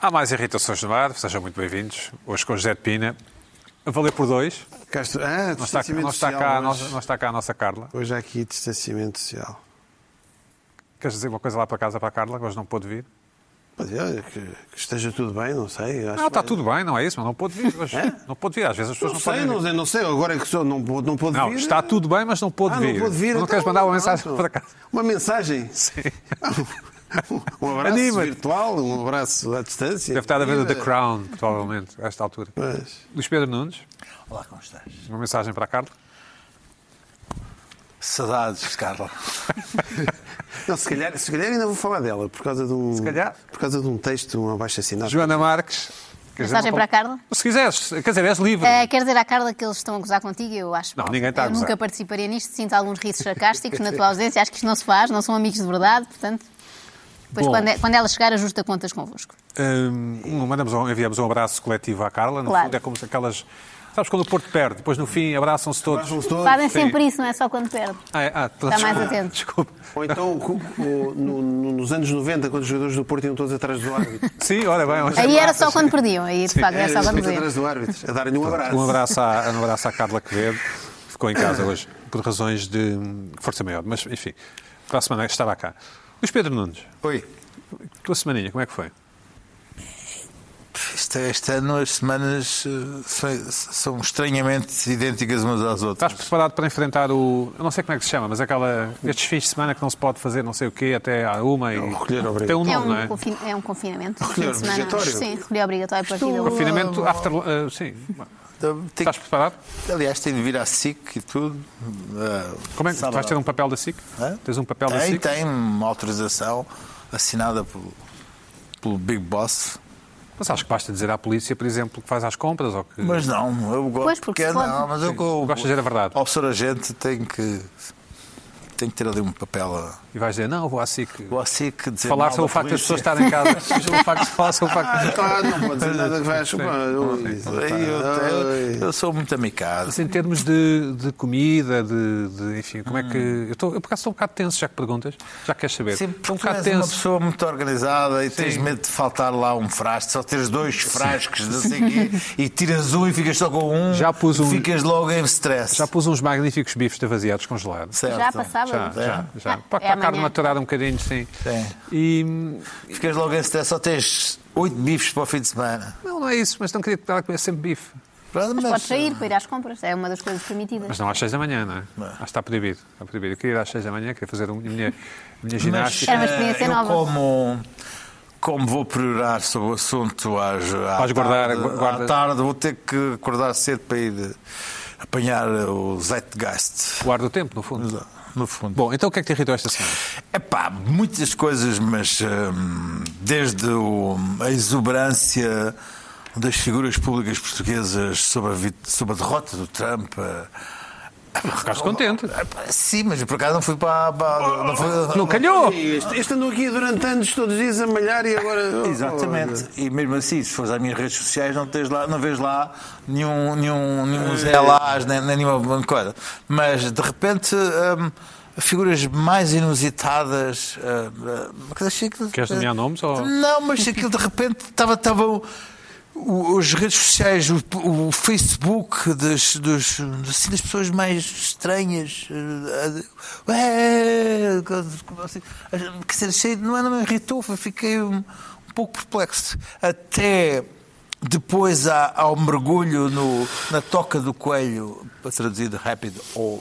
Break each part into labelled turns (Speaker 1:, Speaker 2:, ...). Speaker 1: Há mais irritações no ar, sejam muito bem-vindos. Hoje com José de Pina. A valer por dois.
Speaker 2: Castro, ah,
Speaker 1: Não está,
Speaker 2: distanciamento
Speaker 1: não está
Speaker 2: social.
Speaker 1: cá, a
Speaker 2: hoje,
Speaker 1: nossa- não está cá a nossa Carla.
Speaker 2: hoje há aqui distanciamento social.
Speaker 1: Queres dizer uma coisa lá para casa para a Carla, que hoje não pôde vir?
Speaker 2: Mas é, olha, que, que esteja tudo bem, não sei. eu acho
Speaker 1: Não, está
Speaker 2: que-
Speaker 1: tudo bem, não é isso, mas não pôde vir. hoje. Não pôde vir, às vezes as pessoas
Speaker 2: Não,
Speaker 1: não,
Speaker 2: sei,
Speaker 1: podem
Speaker 2: não
Speaker 1: vir.
Speaker 2: sei, não sei. Agora é que sou, não, pô- não pôde
Speaker 1: Não,
Speaker 2: vir.
Speaker 1: está tudo bem, mas não pôde
Speaker 2: ah,
Speaker 1: vir.
Speaker 2: não pôde vir.
Speaker 1: não
Speaker 2: então,
Speaker 1: queres mandar uma mensagem
Speaker 2: pronto.
Speaker 1: para casa?
Speaker 2: Uma mensagem? Sim. um abraço
Speaker 1: Anima-te.
Speaker 2: virtual, um abraço à distância.
Speaker 1: Deve estar a ver o The
Speaker 2: Viva.
Speaker 1: Crown, provavelmente, a esta altura.
Speaker 2: Mas,
Speaker 1: Luís Pedro Nunes,
Speaker 3: Olá, como estás?
Speaker 1: uma mensagem para a Carla.
Speaker 3: Saudades, Carla.
Speaker 2: não, se, calhar, se calhar ainda vou falar dela, por causa de um, se
Speaker 1: calhar.
Speaker 2: Por causa de um texto, um abaixo assinado.
Speaker 1: Joana Marques. queres dizer
Speaker 4: Mensagem
Speaker 1: uma-
Speaker 4: para a Carla?
Speaker 1: Se quiseres, quer dizer, és livre.
Speaker 4: Eh, quer dizer à Carla que eles estão a gozar contigo, eu acho.
Speaker 1: Não,
Speaker 4: mal.
Speaker 1: ninguém está a
Speaker 4: Eu
Speaker 1: gozar.
Speaker 4: nunca participaria nisto, sinto alguns risos sarcásticos na tua ausência, acho que isto não se faz, não são amigos de verdade, portanto. Depois,
Speaker 1: Bom.
Speaker 4: quando, é- quando ela chegar, ajusta contas convosco.
Speaker 1: Hum, mandamos um- enviamos um abraço coletivo à Carla. No
Speaker 4: Claro.
Speaker 1: fundo é como se aquelas. Sabes quando o Porto perde, depois no fim abraçam-se todos.
Speaker 2: Vejam-se todos.
Speaker 4: Fazem
Speaker 1: sim.
Speaker 4: sempre isso, não é só quando perde.
Speaker 1: Ah, é, ah,
Speaker 4: Está mais
Speaker 1: desculpa,
Speaker 4: atento.
Speaker 1: Desculpa.
Speaker 2: Ou então, o- o- no- no- nos anos 90, quando os jogadores do Porto iam todos atrás do árbitro.
Speaker 1: Sim, olha bem. hoje-
Speaker 4: Aí era só quando perdiam, aí de
Speaker 3: É,
Speaker 4: facto
Speaker 1: é
Speaker 4: era
Speaker 2: Era
Speaker 4: só quando
Speaker 2: todos
Speaker 4: perdiam.
Speaker 2: atrás do árbitro, a darem-lhe
Speaker 3: Tá,
Speaker 2: um abraço.
Speaker 1: Um abraço, à, um abraço à Carla Quevedo. Ficou em casa hoje por razões de hum, força maior. Mas, enfim, para a semana estava cá. Luís Pedro Nunes,
Speaker 3: Oi.
Speaker 1: tua semaninha, como é que foi?
Speaker 3: Este, este ano as semanas eh, são, são estranhamente idênticas umas às
Speaker 1: Estás
Speaker 3: outras.
Speaker 1: preparado para enfrentar o. Eu não sei como é que se chama, mas aquela. Estes fins de semana que não se pode fazer não sei o quê até à uma e.
Speaker 2: recolher obrigatório.
Speaker 1: Tem um
Speaker 4: É
Speaker 1: nome, não
Speaker 4: um,
Speaker 1: é?
Speaker 4: confin- é um confinamento.
Speaker 2: Recolher
Speaker 4: Fim de semana.
Speaker 2: obrigatório.
Speaker 4: Sim, recolher obrigatório para a vida.
Speaker 3: Estou-
Speaker 4: útil.
Speaker 1: Confinamento after. ah, sim.
Speaker 3: Tenho-
Speaker 1: Estás preparado?
Speaker 3: Então, aliás, tenho de vir à SIC e tudo. Ah,
Speaker 1: Como é que tu
Speaker 3: sábado.
Speaker 1: vais ter um papel da SIC?
Speaker 3: Hã?
Speaker 1: Tens um papel da
Speaker 3: tem,
Speaker 1: SIC?
Speaker 3: tem uma autorização assinada pelo, pelo Big Boss.
Speaker 1: Mas acho que basta dizer à polícia, por exemplo, que faz as compras ou que.
Speaker 3: Mas não, eu gosto
Speaker 4: Pois,
Speaker 3: porque é
Speaker 4: porque se pode.
Speaker 3: não, mas eu, eu
Speaker 1: Gosto Hum. de dizer a verdade.
Speaker 3: Ao ser agente tem que tem que ter ali um papel. a-
Speaker 1: E vais dizer, não, eu vou à SIC.
Speaker 3: Ou à SIC dizer
Speaker 1: Falar
Speaker 3: mal
Speaker 1: sobre o
Speaker 3: da
Speaker 1: facto de as
Speaker 3: polícia.
Speaker 1: pessoas estarem em casa. Sobre o facto de falar sobre o facto de.
Speaker 2: Ah, não pode dizer nada que vai chupar. Ui, isso,
Speaker 3: Eu, eu- eu sou muito amicado.
Speaker 1: Mas Assim, em termos de, de comida, de, de- enfim, como é que. Eu, estou eu por acaso estou um bocado tenso, já que perguntas, já que queres saber.
Speaker 3: Hum. Sim,
Speaker 1: estou um
Speaker 3: porque tu
Speaker 1: bocado
Speaker 3: és uma
Speaker 1: tenso.
Speaker 3: pessoa muito organizada e tens
Speaker 1: Sim.
Speaker 3: medo de faltar lá um frasco, só tens dois frascos não sei quê, e tiras um e ficas só com um,
Speaker 1: Já pus
Speaker 3: e
Speaker 1: um-
Speaker 3: ficas logo em stress.
Speaker 1: Já pus uns magníficos bifes de vaziados congelados.
Speaker 3: Certo.
Speaker 4: Já passava?
Speaker 1: Já, já, já. Para,
Speaker 4: Ah, é
Speaker 1: para a carne
Speaker 4: amanhã.
Speaker 1: maturar um bocadinho, sim.
Speaker 3: Sim.
Speaker 1: E
Speaker 3: Ficas logo em stress, só tens oito bifes para o fim de semana.
Speaker 1: não, não é isso, mas não queria estar a comer sempre bife.
Speaker 3: Pronto,
Speaker 4: Mas podes sair para ir às compras, é uma das coisas permitidas.
Speaker 1: Mas não às seis da manhã, não é? Acho que está proibido. Está proibido. Eu queria ir às seis da manhã, queria fazer um, a minha, a minha ginástica.
Speaker 4: Era É uma experiência
Speaker 3: eu
Speaker 4: nova.
Speaker 3: Como, como vou priorar sobre o assunto às, à,
Speaker 1: Vais guardar-
Speaker 3: tarde,
Speaker 1: guarda-
Speaker 3: à tarde, vou ter que acordar cedo para ir apanhar o Zeitgeist.
Speaker 1: Guarda o tempo, no fundo.
Speaker 3: No fundo.
Speaker 1: Bom, então o que é que te irritou esta semana?
Speaker 3: Epá, muitas coisas, mas hum, desde o- a exuberância das figuras públicas portuguesas sobre a, vit- sobre a derrota do Trump. Ah, eh,
Speaker 1: Ficaste contente.
Speaker 3: é Sim, mas por acaso não fui para. para- não é fui-
Speaker 1: Não calhou!
Speaker 2: Este, este andou aqui durante anos, todos os dias, a malhar e agora. oh,
Speaker 3: Exatamente. E mesmo assim, se fores às minhas redes sociais, não, tens lá, não vês lá nenhum, nenhum, nenhum Zé Lás, nem, nem nenhuma coisa. Mas, de repente, hum, figuras mais inusitadas. hum, hum, quer dizer, achei que-
Speaker 1: Queres nomear nomes, ou-
Speaker 3: Não, mas aquilo de repente estava. estava o- o- as redes sociais, o, o Facebook das, dos, assim, das pessoas mais estranhas, eh, eh, ué, coisas como assim. quer dizer, achei- não é, não me irritou, foi- fiquei um, um pouco perplexo. Até depois há- ao mergulho no, na toca do coelho, para traduzir de Rapid All,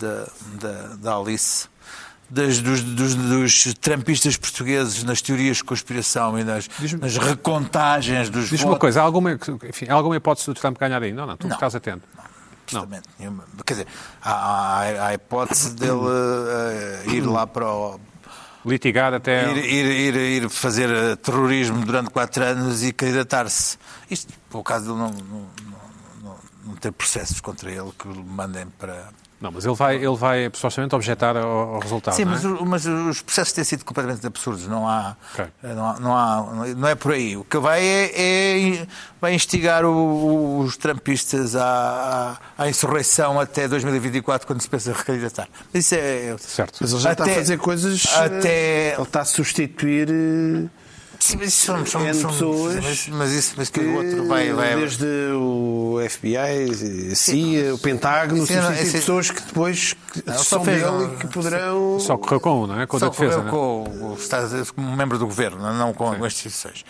Speaker 3: da, da, da Alice. das- dos, dos, dos trampistas portugueses nas teorias de conspiração e nas, nas recontagens dos
Speaker 1: Diz-me uma
Speaker 3: votos.
Speaker 1: coisa, há alguma, enfim, há alguma hipótese do Trump ganhar ainda? Não, não, tu
Speaker 3: Não.
Speaker 1: estás atento.
Speaker 3: absolutamente nenhuma. Quer dizer, há, há- há a hipótese dele eh, ir lá para o.
Speaker 1: Litigar até.
Speaker 3: Ir, ir, ir, ir fazer eh, terrorismo durante quatro anos e candidatar-se. Isto, por causa dele não, não, não- não- não ter processos contra ele que o mandem para.
Speaker 1: Não, mas ele vai, ele vai supostamente objetar ao, ao resultado.
Speaker 3: Sim,
Speaker 1: não é?
Speaker 3: mas, o- mas os processos têm sido completamente absurdos. Não há,
Speaker 1: Ok.
Speaker 3: eh, não há, não há- não é por aí. O que vai é, é- vai instigar o- o- os trampistas à, à- à insurreição até 2024, quando se pensa em recandidatar. Mas isso é
Speaker 1: Certo.
Speaker 2: Mas ele já está a
Speaker 3: Até-
Speaker 2: fazer coisas.
Speaker 3: até-
Speaker 2: Ele está a substituir eh,
Speaker 3: Sim, mas isso são, são,
Speaker 2: N
Speaker 3: são-
Speaker 2: pessoas
Speaker 3: Mas, mas isso, mas
Speaker 2: que
Speaker 3: que o outro vai. vai
Speaker 2: eh, desde o FBI, a CIA, o Pentágono,
Speaker 3: Sim, não,
Speaker 2: substitui
Speaker 3: esse-
Speaker 2: pessoas que depois que
Speaker 3: Não, só
Speaker 2: são
Speaker 3: fez
Speaker 2: dele
Speaker 3: um-
Speaker 2: e que poderão...
Speaker 1: Só correu com um, não é? Com a da
Speaker 3: Só
Speaker 1: defesa,
Speaker 3: correu
Speaker 1: não é?
Speaker 3: com o, o Estado, como membro do governo, não- não com as instituições.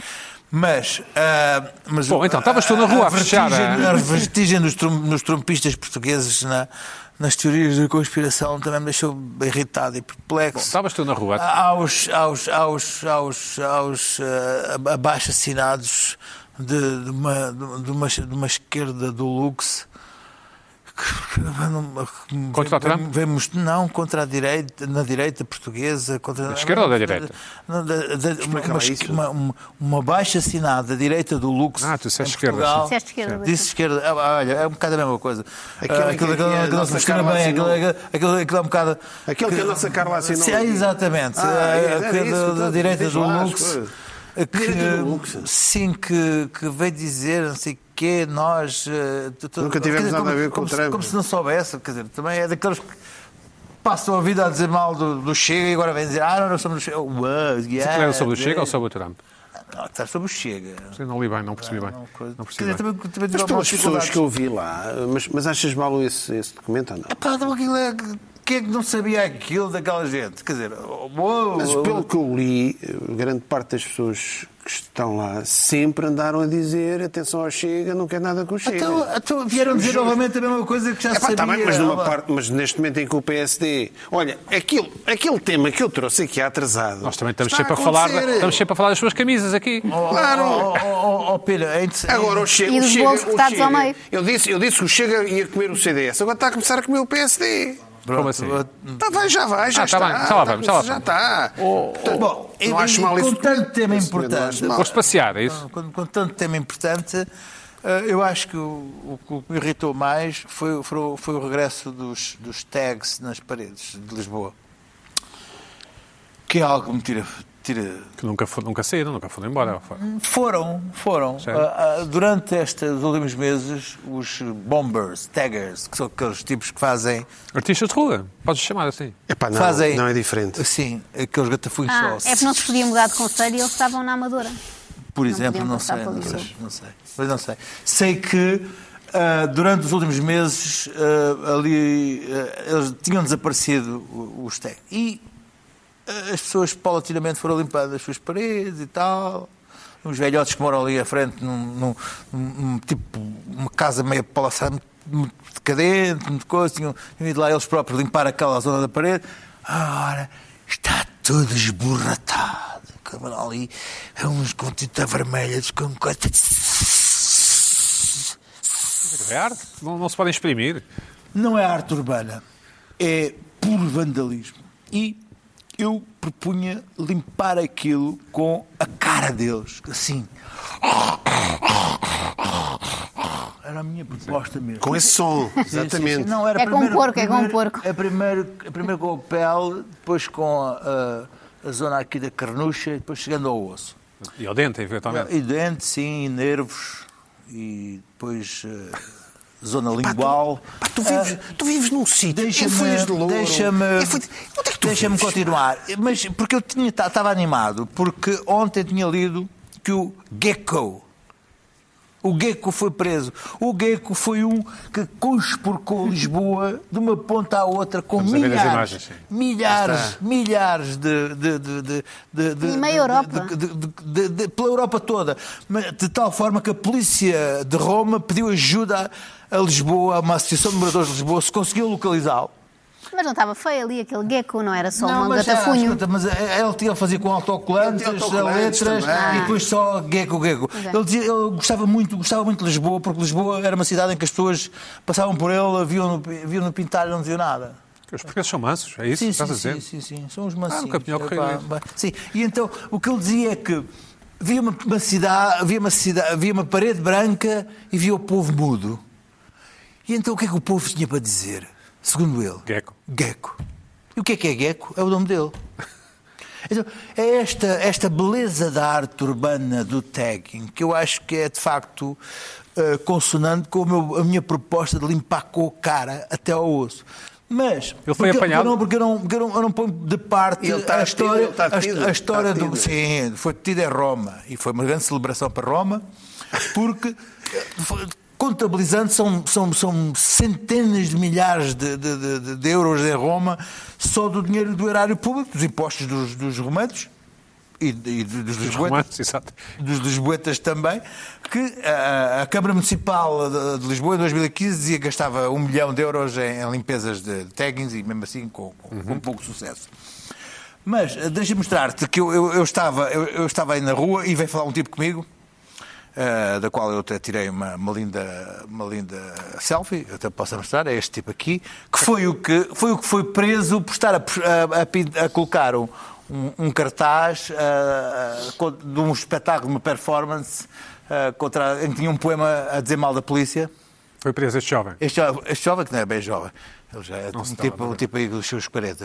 Speaker 3: Mas, ah, mas
Speaker 1: Bom,
Speaker 3: o-
Speaker 1: então, estavas tu na rua a fechar eh? a-
Speaker 3: vertigem, a vertigem dos trum- nos trompistas portugueses na- nas teorias da conspiração também me deixou irritado e perplexo.
Speaker 1: Estavas tu na rua.
Speaker 3: Ah,
Speaker 1: a-
Speaker 3: aos, aos, aos, aos, aos eh, abaixo assinados de, de uma, de, uma, de uma esquerda do Lux. que- que- que-
Speaker 1: Contra o
Speaker 3: vem-
Speaker 1: Trump?
Speaker 3: vem most- não, contra a direita, na direita portuguesa. Contra,
Speaker 1: Da esquerda ou da direita?
Speaker 3: Não, da- da- uma,
Speaker 2: lá
Speaker 3: uma-
Speaker 2: isso.
Speaker 3: uma, uma, uma baixa assinada, à direita do Lux.
Speaker 1: Ah, tu disseste
Speaker 3: em
Speaker 1: esquerda,
Speaker 3: Portugal.
Speaker 1: sim.
Speaker 4: Disseste esquerda.
Speaker 3: Disse esquerda. Ah, olha, é um bocado a mesma coisa.
Speaker 2: Aquele
Speaker 3: Ah, aquilo
Speaker 2: que- que a
Speaker 3: aquilo não se
Speaker 2: nossa
Speaker 3: mistura
Speaker 2: Carla
Speaker 3: bem, aquilo- é
Speaker 2: assinou.
Speaker 3: aquilo aquilo é um bocado.
Speaker 2: Aquele que a nossa Carla assinou.
Speaker 3: Sim, é exatamente.
Speaker 2: Ah,
Speaker 3: Eh,
Speaker 2: é,
Speaker 3: que
Speaker 2: é
Speaker 3: da-
Speaker 2: isso,
Speaker 3: da,
Speaker 2: então,
Speaker 3: direita
Speaker 2: diz
Speaker 3: do
Speaker 2: lá as
Speaker 3: Lux.
Speaker 2: coisas.
Speaker 3: eh, que-
Speaker 2: Direita do Lux.
Speaker 3: Sim, que, que veio dizer, não sei o quê, nós. eh, tu- tu-
Speaker 2: Nunca tivemos
Speaker 3: quer dizer,
Speaker 2: nada a ver com
Speaker 3: como
Speaker 2: o
Speaker 3: se-
Speaker 2: Trump.
Speaker 3: Como se não soubesse, quer dizer, também é daqueles que passam a vida a dizer mal do, do Chega e agora vêm dizer, ah, não, nós somos do Chega. Uau, yeah,
Speaker 1: Aquilo era sobre o Chega
Speaker 3: yeah.
Speaker 1: ou sobre o Trump?
Speaker 3: Não, está tá sobre o Chega.
Speaker 1: Eu não li bem, não percebi bem.
Speaker 3: É, Não, coisa-
Speaker 1: Não
Speaker 3: quer
Speaker 1: percebi
Speaker 3: dizer,
Speaker 1: bem.
Speaker 3: também, também
Speaker 2: Mas
Speaker 3: tive algumas
Speaker 2: pelas pessoas
Speaker 3: dificuldades.
Speaker 2: que eu vi lá, mas, mas achas mal esse, esse documento ou não?
Speaker 3: Pá, então aquilo é- Quem é que não sabia aquilo daquela gente? Quer dizer, oh, uou,
Speaker 2: Mas pelo que eu li, grande parte das pessoas que estão lá sempre andaram a dizer atenção ao Chega, não quer nada com o Chega.
Speaker 3: Então, então vieram dizer
Speaker 2: Juro.
Speaker 3: novamente a mesma coisa que já
Speaker 2: Epá,
Speaker 3: sabia.
Speaker 2: tá bem,
Speaker 1: é
Speaker 2: mas, numa
Speaker 3: Ah,
Speaker 2: parte- mas neste momento em que o PSD. Olha, aquilo, aquele tema que eu trouxe aqui é atrasado.
Speaker 1: Nós também estamos
Speaker 2: está
Speaker 1: sempre a, falar,
Speaker 2: acontecer.
Speaker 1: estamos sempre a falar das suas camisas aqui.
Speaker 3: oh,
Speaker 2: claro.
Speaker 3: Oh, oh, oh, oh, Pedro, é inte-
Speaker 2: Agora o
Speaker 4: E
Speaker 2: Chega. O
Speaker 4: dos
Speaker 2: Chega,
Speaker 4: bolos
Speaker 2: o
Speaker 4: cortados ao
Speaker 2: Chega-
Speaker 4: meio.
Speaker 2: Eu disse, eu disse que o Chega ia comer o CDS, agora está a começar a comer o PSD.
Speaker 3: Pronto,
Speaker 1: Como assim?
Speaker 2: Tá, vai, já vai, já
Speaker 1: Ah, tá
Speaker 2: está.
Speaker 1: bem, já lá vamos, já lá
Speaker 2: Já
Speaker 1: vamos.
Speaker 2: está.
Speaker 3: Bom,
Speaker 2: Não
Speaker 3: e-
Speaker 2: acho mal
Speaker 3: e
Speaker 2: esse
Speaker 3: Oh, com tanto tema
Speaker 2: esse documento, não acho
Speaker 3: importante,
Speaker 2: mal.
Speaker 1: Foste passear, é isso?
Speaker 3: com, com tanto tema importante, eh, eu acho que o, o que me irritou mais foi, foi, o- foi o regresso dos, dos tags nas paredes de Lisboa. Que é algo que me tira. tira...
Speaker 1: Que nunca, fo- nunca saíram, nunca foram embora.
Speaker 3: Foram, foram.
Speaker 1: Certo.
Speaker 3: Ah, ah, durante estes últimos meses, os bombers, taggers, que são aqueles tipos que fazem
Speaker 1: Artistas de rua, podes chamar assim.
Speaker 2: Epá, não,
Speaker 3: fazem.
Speaker 2: não é diferente.
Speaker 3: Sim, aqueles gatafunhos
Speaker 4: Ah,
Speaker 3: só.
Speaker 4: é porque não se podia mudar de conselho e eles estavam na Amadora.
Speaker 3: Por
Speaker 4: não
Speaker 3: exemplo,
Speaker 4: podiam
Speaker 3: não
Speaker 4: passar
Speaker 3: sei,
Speaker 4: para
Speaker 3: não
Speaker 4: Lisboa.
Speaker 3: sei, não sei. Mas não sei. Sei que ah, durante os últimos meses ah, ali ah, eles tinham desaparecido o- os tags. E ah, as pessoas paulatinamente foram limpando as suas paredes e tal. Uns velhotes que moram ali à frente num, num- num- num tipo uma casa meio palaçada, muito, muito decadente, muito coisa, tinham, tinham ido lá eles próprios limpar aquela zona da parede. Ora, está tudo esborratado. Como lá ali, uns com tinta vermelha, uns com coisa.
Speaker 1: É arte, não, não se podem exprimir.
Speaker 3: Não é arte urbana, é puro vandalismo. E eu propunha limpar aquilo com a cara deles, assim. Era a minha proposta mesmo.
Speaker 2: Com esse som,
Speaker 3: Sim, sim, sim.
Speaker 2: exatamente.
Speaker 3: Não, era
Speaker 4: É com
Speaker 3: primeiro-
Speaker 4: porco, é com
Speaker 3: primeiro-
Speaker 4: porco.
Speaker 3: É primeiro, é primeiro com a pele, depois com a, a zona aqui da carnucha, e depois chegando ao osso.
Speaker 1: E ao dente,
Speaker 2: Ah,
Speaker 1: eventualmente.
Speaker 3: E dente, sim, e nervos, e depois eh, zona lingual.
Speaker 2: Pá, tu vives,
Speaker 3: Ah,
Speaker 2: tu vives num sítio. é folhas de
Speaker 3: Deixa-me
Speaker 2: louro.
Speaker 3: deixa-me
Speaker 2: É folha- Onde é que tu
Speaker 3: deixa-me
Speaker 2: vives?
Speaker 3: continuar. Mas porque eu tinha estava animado, porque ontem tinha lido que o Gecko o Gecko foi preso. O Gecko foi um que conspurcou Lisboa de uma ponta à outra com
Speaker 1: Vamos a ver as
Speaker 3: milhares,
Speaker 1: imagens, sim.
Speaker 3: milhares, milhares de, de, de, de, de, de-
Speaker 4: E meia Europa.
Speaker 3: de- de- de- de- de- pela Europa toda. Mas De tal forma que a polícia de Roma pediu ajuda a Lisboa, a uma associação de moradores de Lisboa, se conseguiu localizá-lo.
Speaker 4: Mas não estava feio ali aquele gecko, não era só um
Speaker 3: mas, já,
Speaker 4: gatafunho.
Speaker 3: escuta, mas é, ele tinha a fazer com autocolantes,
Speaker 2: Ele tinha autocolantes
Speaker 3: letras
Speaker 2: também.
Speaker 3: e depois só gecko gecko.
Speaker 4: Exato.
Speaker 3: Ele, dizia, ele gostava muito, gostava muito de Lisboa, porque Lisboa era uma cidade em que as pessoas passavam por ele, viam-no viam pintar e não diziam nada.
Speaker 1: Os portugueses são mansos, é isso que
Speaker 3: Sim,
Speaker 1: estás
Speaker 3: sim,
Speaker 1: a dizer? Ah,
Speaker 3: sim, sim, sim. São os mansinhos.
Speaker 1: nunca tinha ocorrido
Speaker 3: Epá,
Speaker 1: isso.
Speaker 3: bem, Sim. E então, o que ele dizia é que havia uma, uma cidade, havia uma cidade, havia uma parede branca e via o povo mudo. E então o que é que o povo tinha para dizer, segundo ele?
Speaker 1: Gecko.
Speaker 3: Gecko. E o que é que é Gecko? É o nome dele. Então, é esta, esta beleza da arte urbana do tagging que eu acho que é de facto eh, consonante com o meu- a minha proposta de limpar com a cara até ao osso. Mas
Speaker 1: Ele foi
Speaker 3: porque-
Speaker 1: apanhado?
Speaker 3: Porque eu não, porque eu não, eu não ponho de parte
Speaker 2: Ele está
Speaker 3: a
Speaker 2: detido,
Speaker 3: história,
Speaker 2: ele tá está
Speaker 3: a-
Speaker 2: detido,
Speaker 3: a, história
Speaker 2: está
Speaker 3: do.
Speaker 2: detido.
Speaker 3: Sim, foi detido em Roma e foi uma grande celebração para Roma, porque foi- contabilizando são, são, são centenas de milhares de, de- de- de- de euros em Roma só do dinheiro do erário público, dos impostos dos, dos romanos e, e dos lisboetas
Speaker 1: Romanos, exato.
Speaker 3: dos Lisboetas também, que a, a Câmara Municipal de, de Lisboa em 2015 dizia que gastava um milhão de euros em, em limpezas de taggings e mesmo assim com, com- com pouco sucesso. Mas eh, deixa-me mostrar-te que eu, eu- eu estava, eu, eu estava aí na rua e veio falar um tipo comigo, eh, da qual eu até tirei uma, uma linda, uma linda selfie, eu até posso mostrar, é este tipo aqui, que foi o que foi, o que foi preso por estar a, a- a pin- a colocar um, um- um cartaz eh, co- de um espetáculo, de uma performance, eh, contra, em que tinha um poema a dizer mal da polícia.
Speaker 1: Foi preso este jovem.
Speaker 3: Este jovem, este jovem que não é bem jovem, ele já é um
Speaker 1: se
Speaker 3: tipo,
Speaker 1: estava,
Speaker 3: um
Speaker 1: não é?
Speaker 3: tipo aí dos seus 40.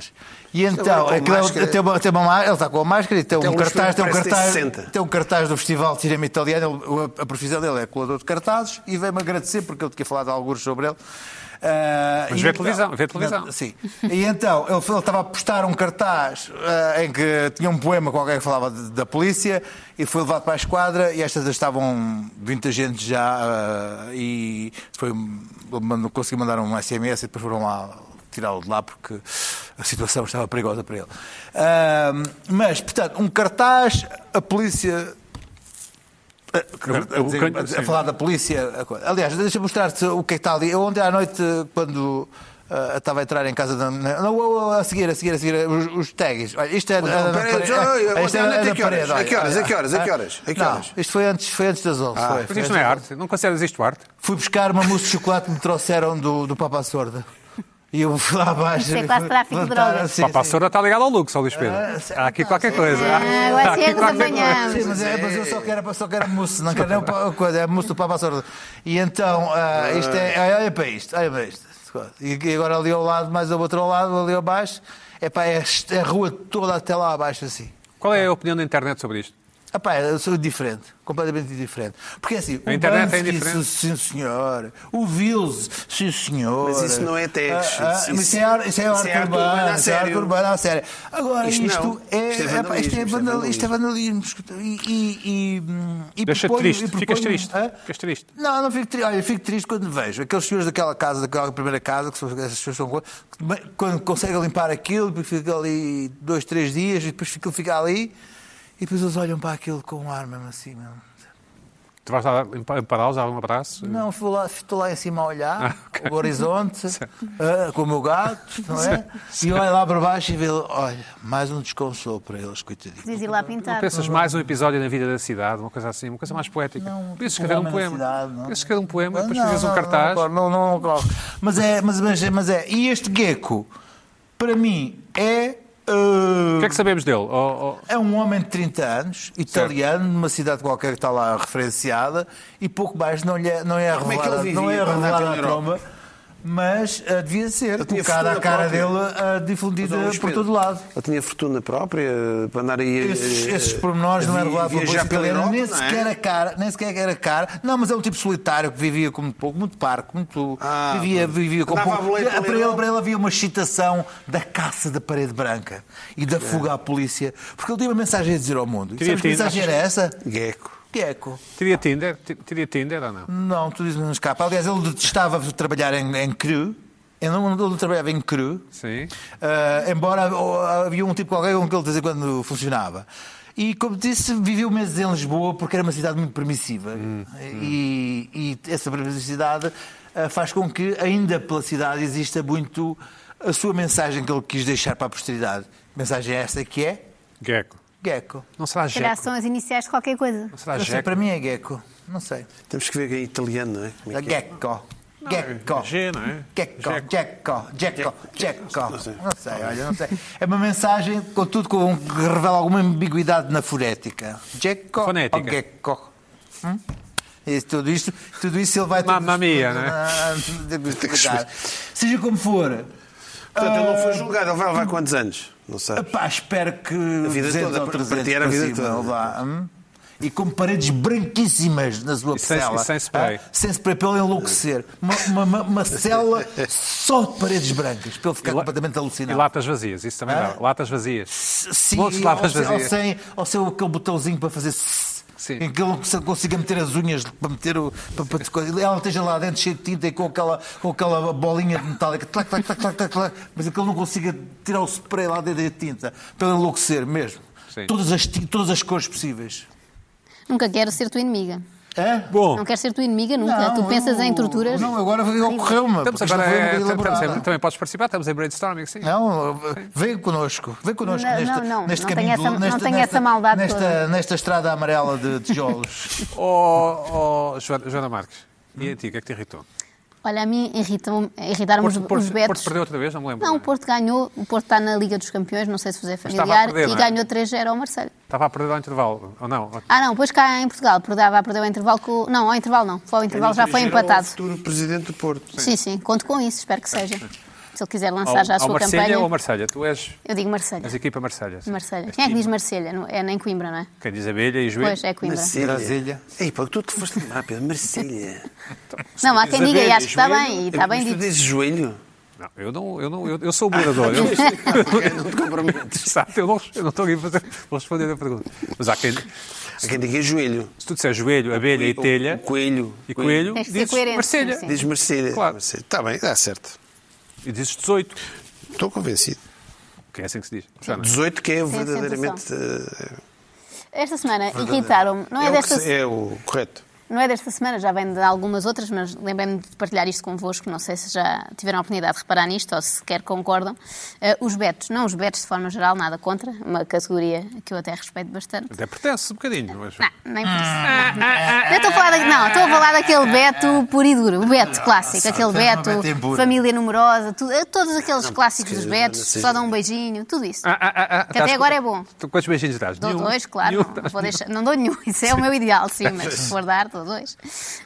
Speaker 3: E
Speaker 2: agora
Speaker 3: então,
Speaker 2: com
Speaker 3: aquilo é-
Speaker 2: máscara-
Speaker 3: tem uma- tem uma má- ele está com a máscara e tem,
Speaker 2: Tem
Speaker 3: um
Speaker 2: um
Speaker 3: cartaz, tem um
Speaker 2: parece que tem
Speaker 3: cartaz,
Speaker 2: 60.
Speaker 3: tem um cartaz do Festival de Cinema Italiano, ele- a, a profissão dele é colador de cartazes e veio-me agradecer porque eu tinha falado alguns sobre ele. Ah,
Speaker 1: Mas
Speaker 3: e
Speaker 1: vê televisão, vê televisão.
Speaker 3: Não, Sim. E então, ele, ele estava a postar um cartaz ah, em que tinha um poema com alguém que falava de- da polícia e foi levado para a esquadra e estas estavam 20 agentes já ah, e foi, ele mandou- conseguiu mandar um SMS e depois foram lá tirá-lo de lá porque a situação estava perigosa para ele. Ah, mas, portanto, um cartaz, a polícia a, a dizer-
Speaker 1: Ucrânia,
Speaker 3: a- a
Speaker 1: sim.
Speaker 3: falar da polícia. a coisa. Aliás, deixa-me mostrar-te o que é que está ali. Eu ontem à noite, quando ah, estava a entrar em casa da. na- Não, oh, oh, a seguir, a seguir, a seguir, os, os tags. Olha, isto é.
Speaker 2: Então,
Speaker 3: é na
Speaker 2: peraí,
Speaker 3: parede.
Speaker 2: já,
Speaker 3: Ah,
Speaker 2: ontem à noite,
Speaker 3: na
Speaker 2: a que horas?
Speaker 3: parede, olha,
Speaker 2: A que horas?
Speaker 3: olha. Ah,
Speaker 2: A que horas? A que horas? A que
Speaker 3: Não,
Speaker 2: horas? Ah,
Speaker 3: Isto foi antes, foi antes das 11. foi,
Speaker 1: Mas
Speaker 3: foi
Speaker 1: isto
Speaker 3: antes
Speaker 1: não é
Speaker 3: das
Speaker 1: arte? Não consideras isto arte?
Speaker 3: Fui buscar uma mousse de chocolate que me trouxeram do, do Papa Sorda. E eu fui lá abaixo.
Speaker 4: Isso é quase tráfico de
Speaker 3: levantar-
Speaker 4: drogas.
Speaker 3: sim,
Speaker 1: Pá, a
Speaker 3: sim.
Speaker 1: senhora está ligada ao luxo, ao Luís Pedro.
Speaker 3: sim, Ah,
Speaker 1: Há aqui qualquer coisa. Há-
Speaker 4: agora
Speaker 1: há
Speaker 4: sim
Speaker 1: aqui
Speaker 4: é que nos
Speaker 1: qualquer
Speaker 4: apanhamos.
Speaker 1: coisa.
Speaker 3: Sim, mas, é, mas eu só quero, só quero mousse, não quero nem o pa- a coisa, é mousse do Papa Sorda. E então, ah, isto é, olha, olha para isto, olha para isto. E, e agora ali ao lado, mais ao outro lado, ali abaixo, é pá, é est- é a rua toda até lá abaixo assim.
Speaker 1: Qual é a opinião da internet sobre isto?
Speaker 3: Epá, eu sou diferente, completamente diferente. Porque assim,
Speaker 1: A
Speaker 3: o
Speaker 1: internet é
Speaker 3: Banksy,
Speaker 1: indiferente.
Speaker 3: Sim, senhor. O Vils, sim, senhor.
Speaker 2: Mas isso não é texto,
Speaker 3: Ah, ah,
Speaker 2: isso-
Speaker 3: mas isso, é ar- isso é arte
Speaker 2: arte urbana
Speaker 3: urbana,
Speaker 2: a
Speaker 3: isso é arte
Speaker 2: sério.
Speaker 3: urbana a sério. Agora,
Speaker 2: Isto
Speaker 3: isto,
Speaker 2: não.
Speaker 3: é,
Speaker 2: Isto é
Speaker 3: epá, isto é
Speaker 2: vandalismo,
Speaker 3: vandal- isto é
Speaker 2: isto é
Speaker 3: vandalismo. escuta, E, e, e, hum, e
Speaker 1: Deixa-te
Speaker 3: proponho-
Speaker 1: triste,
Speaker 3: e proponho-
Speaker 1: ficas triste,
Speaker 3: Hã?
Speaker 1: ficas triste.
Speaker 3: Não, não fico triste. Olha, fico triste quando vejo aqueles senhores daquela casa, daquela primeira casa, que são, essas pessoas são boas, que bem- quando conseguem limpar aquilo, depois fica ali dois, três dias, e depois aquilo fica ali, e depois eles olham para aquilo com um ar mesmo assim. Mesmo.
Speaker 1: Tu vais lá ampará-los, dar um abraço?
Speaker 3: Não, fui lá, estou lá em cima a olhar
Speaker 1: Ah, ok.
Speaker 3: o horizonte ah, com o meu gato, não é? E olho lá para baixo e vejo, olha, mais um desconsolo para eles, coitadinhos.
Speaker 4: Diz ir lá pintar.
Speaker 1: Pensas mais um episódio na vida da cidade, uma coisa assim, uma coisa mais poética.
Speaker 3: Não,
Speaker 1: Podes escrever um
Speaker 3: homem da
Speaker 1: poema.
Speaker 3: cidade, não.
Speaker 1: Podes escrever um poema,
Speaker 3: Mas
Speaker 1: depois
Speaker 3: não,
Speaker 1: fizes um
Speaker 3: não,
Speaker 1: cartaz.
Speaker 3: Não, não, não, não, não. Mas, é, mas, mas, mas é. E este gecko, para mim, é. uh,
Speaker 1: O que é que sabemos dele? Oh, oh,
Speaker 3: É um homem de 30 anos, italiano, numa cidade qualquer que está lá referenciada, e pouco mais não, lhe é, não é
Speaker 2: Como é que ele
Speaker 3: revelada,
Speaker 2: vivia
Speaker 3: não é
Speaker 2: para andar
Speaker 3: revelada
Speaker 2: pela
Speaker 3: a
Speaker 2: Europa?
Speaker 3: tromba, mas ah, devia ser
Speaker 2: tinha
Speaker 3: colocada a
Speaker 2: fortuna
Speaker 3: cara
Speaker 2: própria.
Speaker 3: dele ah, difundida
Speaker 2: Mas, é um ó, Luís
Speaker 3: por
Speaker 2: Pedro,
Speaker 3: todo lado.
Speaker 2: Ele tinha fortuna própria para andar aí. a-
Speaker 3: Esses,
Speaker 2: a-
Speaker 3: esses pormenores não é
Speaker 2: Eh, vi-
Speaker 3: regulado pela polícia
Speaker 2: viajar pela
Speaker 3: italiana,
Speaker 2: Europa,
Speaker 3: nem
Speaker 2: não é?
Speaker 3: sequer a cara, nem sequer era cara. Não, mas é um tipo solitário que vivia com muito pouco, muito parco, muito.
Speaker 2: Ah,
Speaker 3: vivia, vivia com
Speaker 2: Andava
Speaker 3: pouco.
Speaker 2: a boleia
Speaker 3: Para
Speaker 2: pela
Speaker 3: ele,
Speaker 2: Europa.
Speaker 3: para ele havia uma excitação da caça da parede branca e
Speaker 2: É.
Speaker 3: da fuga à polícia, porque ele tinha uma mensagem a dizer ao mundo. E
Speaker 1: Queria
Speaker 3: sabes que
Speaker 1: ter-
Speaker 3: mensagem era essa?
Speaker 2: Gecko.
Speaker 3: Queco.
Speaker 1: teria Tinder? Ti- Teria Tinder ou não?
Speaker 3: Não, tu dizes não escapa. Aliás, ele detestava trabalhar em, em cru. Ele não ele trabalhava em cru,
Speaker 1: Sim.
Speaker 3: Uh, embora oh, havia um tipo qualquer com que ele de vez em quando funcionava. E como disse, viveu meses em Lisboa porque era uma cidade muito permissiva.
Speaker 2: Hum,
Speaker 3: e, e essa permissividade uh, faz com que, ainda pela cidade, exista muito a sua mensagem que ele quis deixar para a posteridade. Mensagem essa que é
Speaker 1: Gecko.
Speaker 3: Gecko.
Speaker 1: Não será
Speaker 4: Será
Speaker 1: Gecko?
Speaker 4: são as iniciais de qualquer coisa.
Speaker 1: Não será
Speaker 3: Não sei,
Speaker 1: Gecko?
Speaker 3: para mim é Gecko. Não sei.
Speaker 2: Temos que ver que é italiano, não é? Como
Speaker 3: Da
Speaker 2: é que é?
Speaker 3: Gecko. Gecko.
Speaker 1: G, não é?
Speaker 3: Gecko, Gecko, Gecko, Gecko. Não sei, olha, não sei. É uma mensagem, contudo, com, que revela alguma ambiguidade na fonética. Gecko
Speaker 1: Fonética.
Speaker 3: ou Gecko? Hum? E tudo isto, tudo isso ele vai...
Speaker 1: Mamma mia, não é?
Speaker 3: é? Seja como for...
Speaker 2: Portanto, ele não foi julgado. Ele vai levar quantos anos? Não sei.
Speaker 3: Epá, espero que a
Speaker 2: vida toda, para- para ti era a vida toda.
Speaker 3: Lá. hum? e com paredes branquíssimas na sua
Speaker 1: E sem-
Speaker 3: cela.
Speaker 1: e sem spray.
Speaker 3: Ah, sem spray, para ele enlouquecer. Uma, uma, uma- uma cela só de paredes brancas, para ele ficar
Speaker 1: E la-
Speaker 3: completamente alucinado.
Speaker 1: E latas vazias, isso também
Speaker 3: Hã?
Speaker 1: dá. Latas vazias.
Speaker 3: Sim,
Speaker 1: Montes de latas
Speaker 3: ou, se- ou
Speaker 1: vazias.
Speaker 3: sem, ou sem aquele botãozinho para fazer sss,
Speaker 1: Sim.
Speaker 3: em que ele se- consiga meter as unhas para meter o. Para, para, ela esteja lá dentro cheia de tinta e com aquela, com aquela bolinha de metálica, tlac, tlac, tlac, tlac, tlac, tlac, mas é que ele não consiga tirar o spray lá dentro da tinta para ele enlouquecer mesmo.
Speaker 1: Sim.
Speaker 3: Todas as, tin- todas as cores possíveis.
Speaker 4: Nunca quero ser tua inimiga.
Speaker 3: É?
Speaker 1: Bom,
Speaker 4: Não quero ser tua inimiga nunca. tu pensas em torturas.
Speaker 3: Não, agora ocorreu-me.
Speaker 1: estamos
Speaker 3: porque isto
Speaker 1: agora.
Speaker 3: foi
Speaker 1: é,
Speaker 3: muito
Speaker 1: estamos
Speaker 3: elaborado.
Speaker 1: em- também podes participar, estamos em brainstorming, sim.
Speaker 3: Não, vem connosco, vem connosco
Speaker 4: Não,
Speaker 3: neste,
Speaker 4: não, não,
Speaker 3: neste
Speaker 4: não
Speaker 3: caminho.
Speaker 4: tenho
Speaker 3: do-
Speaker 4: essa- não
Speaker 3: nesta,
Speaker 4: tenho
Speaker 3: nesta-
Speaker 4: essa maldade
Speaker 3: nesta,
Speaker 4: toda.
Speaker 3: nesta estrada amarela de tijolos.
Speaker 1: Oh, oh, Joana, Joana Marques, e a ti, o que é que te irritou?
Speaker 4: Olha, a mim irritam, irritaram os,
Speaker 1: Porto, Porto,
Speaker 4: os betos.
Speaker 1: Porto perdeu um outra vez, não é? me lembro.
Speaker 4: Não, o Porto ganhou. O Porto está na Liga dos Campeões, não sei se vos é
Speaker 1: estava a
Speaker 4: familiar.
Speaker 1: perder,
Speaker 4: e
Speaker 1: não é?
Speaker 4: ganhou 3-0 ao Marseille.
Speaker 1: Estava a perder ao intervalo, ou não?
Speaker 4: Ah, não, depois cá em Portugal. Perdava, perdeu o intervalo com. Não, ao intervalo não.
Speaker 1: É
Speaker 4: Foi ao intervalo, já foi
Speaker 2: Dirigir
Speaker 4: empatado.
Speaker 2: Ao futuro presidente do Porto.
Speaker 4: Sim, sim, conto com isso, espero que seja. Se ele quiser
Speaker 1: Ao,
Speaker 4: lançar já a
Speaker 1: ao
Speaker 4: sua
Speaker 1: Marselha
Speaker 4: campanha.
Speaker 1: ou Marselha? Tu és,
Speaker 4: Eu digo Marselha.
Speaker 1: és equipa Marselha. sim.
Speaker 4: Marselha.
Speaker 1: És
Speaker 4: Quem é que
Speaker 1: time.
Speaker 4: diz Marselha? Não- É nem Coimbra, não é?
Speaker 1: Quem diz abelha e joelho?
Speaker 4: Pois, é Coimbra.
Speaker 3: Brasília.
Speaker 2: Ei, pá, tu te foste rápido, Marcília.
Speaker 4: Não, há quem
Speaker 1: diz
Speaker 4: diga e
Speaker 1: abelha,
Speaker 4: acho que está
Speaker 1: joelho,
Speaker 4: bem, e está bem
Speaker 2: Mas tu
Speaker 4: dito.
Speaker 2: dizes joelho?
Speaker 1: Não, eu não, eu não, eu, eu sou o moderador. eu,
Speaker 2: Não te comprometes.
Speaker 1: Exato, eu não, eu não estou aqui a fazer, vou responder a pergunta. Mas há quem, se
Speaker 2: Há quem diga joelho.
Speaker 1: tu disser joelho, abelha e telha
Speaker 2: Coelho.
Speaker 1: é e coelho,
Speaker 4: Tem que ser
Speaker 1: dizes
Speaker 4: coerente,
Speaker 1: Marselha.
Speaker 4: sim, sim.
Speaker 2: Diz Marcília.
Speaker 1: Claro.
Speaker 2: Está bem, dá certo.
Speaker 1: E dizes 18,
Speaker 2: Estou convencido.
Speaker 1: que é assim que se diz. Joana,
Speaker 2: 18 que é
Speaker 4: Tem a
Speaker 2: verdadeiramente... eh,
Speaker 4: Esta semana irritaram-me. Não é,
Speaker 2: o que
Speaker 4: desta,
Speaker 2: se- é o correto.
Speaker 4: não é desta semana, já vem de algumas outras, mas lembrei-me de partilhar isto convosco. Não sei se já tiveram a oportunidade de reparar nisto ou se sequer concordam. Eh, os betos, não os betos de forma geral, nada contra, uma categoria que eu até respeito bastante.
Speaker 1: até pertence um bocadinho. Mas...
Speaker 4: Não, nem por isso.
Speaker 1: Ah,
Speaker 4: Eu estou a falar, da- não, estou a falar daquele Beto puro e duro, o Beto clássico, aquele
Speaker 3: tem um
Speaker 4: Beto,
Speaker 3: Beto em puro.
Speaker 4: família numerosa, tudo- todos aqueles clássicos
Speaker 2: que
Speaker 4: dos
Speaker 2: não
Speaker 4: Betos,
Speaker 2: seja-
Speaker 4: só dão um beijinho, tudo isso.
Speaker 1: Ah, ah, ah, ah,
Speaker 4: Que até
Speaker 1: estás-
Speaker 4: agora é bom.
Speaker 1: Tu Quantos beijinhos dás?
Speaker 4: Dou
Speaker 1: Nenhum?
Speaker 4: dois, claro.
Speaker 1: Nenhum? tá-
Speaker 4: Não, vou deixar- não dou nenhum, isso é o meu ideal, sim, mas se for dar, dou dois.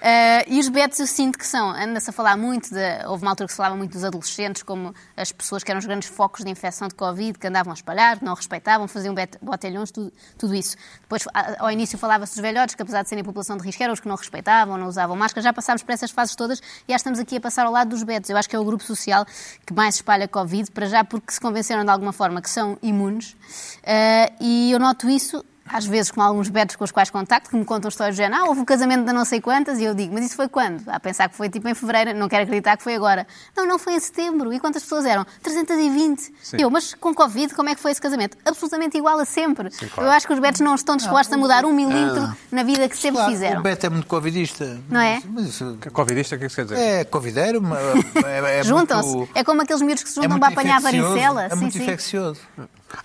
Speaker 4: Ah, e os betos eu sinto que são. Anda-se a falar muito, de, houve uma altura que se falava muito dos adolescentes, como as pessoas que eram os grandes focos de infecção de Covid, que andavam a espalhar, que não respeitavam, faziam bet- botelhões, tudo, tudo isso. Depois, a- ao início, falava-se dos velhotes, que apesar de serem população de risco, eram os que não respeitavam, não usavam máscara. Já passámos por essas fases todas e já estamos aqui a passar ao lado dos betos. Eu acho que é o grupo social que mais espalha Covid, para já porque se convenceram de alguma forma que são imunes. Ah, e eu noto isso às vezes com alguns betos com os quais contacto, que me contam histórias do género, ah, houve o casamento da não sei quantas, e eu digo, mas isso foi quando? A pensar que foi tipo em fevereiro, não quero acreditar que foi agora. Não, não foi em setembro. E quantas pessoas eram? 320.
Speaker 1: Sim.
Speaker 4: Eu, mas com Covid, como é que foi esse casamento? Absolutamente igual a sempre.
Speaker 1: claro.
Speaker 4: Eu acho que os betos não estão dispostos a mudar um milímetro na vida que sempre
Speaker 3: Claro,
Speaker 4: fizeram.
Speaker 3: O Beto é muito covidista.
Speaker 4: Não é?
Speaker 3: Mas isso
Speaker 1: Covidista, o que é que isso quer dizer?
Speaker 3: é covideiro, mas é, é
Speaker 4: Juntam-se.
Speaker 3: muito-
Speaker 4: É como aqueles miúdos que se
Speaker 3: é
Speaker 4: juntam
Speaker 3: muito
Speaker 4: para apanhar a
Speaker 3: infeccioso,
Speaker 4: varicela.
Speaker 3: É
Speaker 4: sim,
Speaker 3: muito
Speaker 4: sim.
Speaker 3: infeccioso.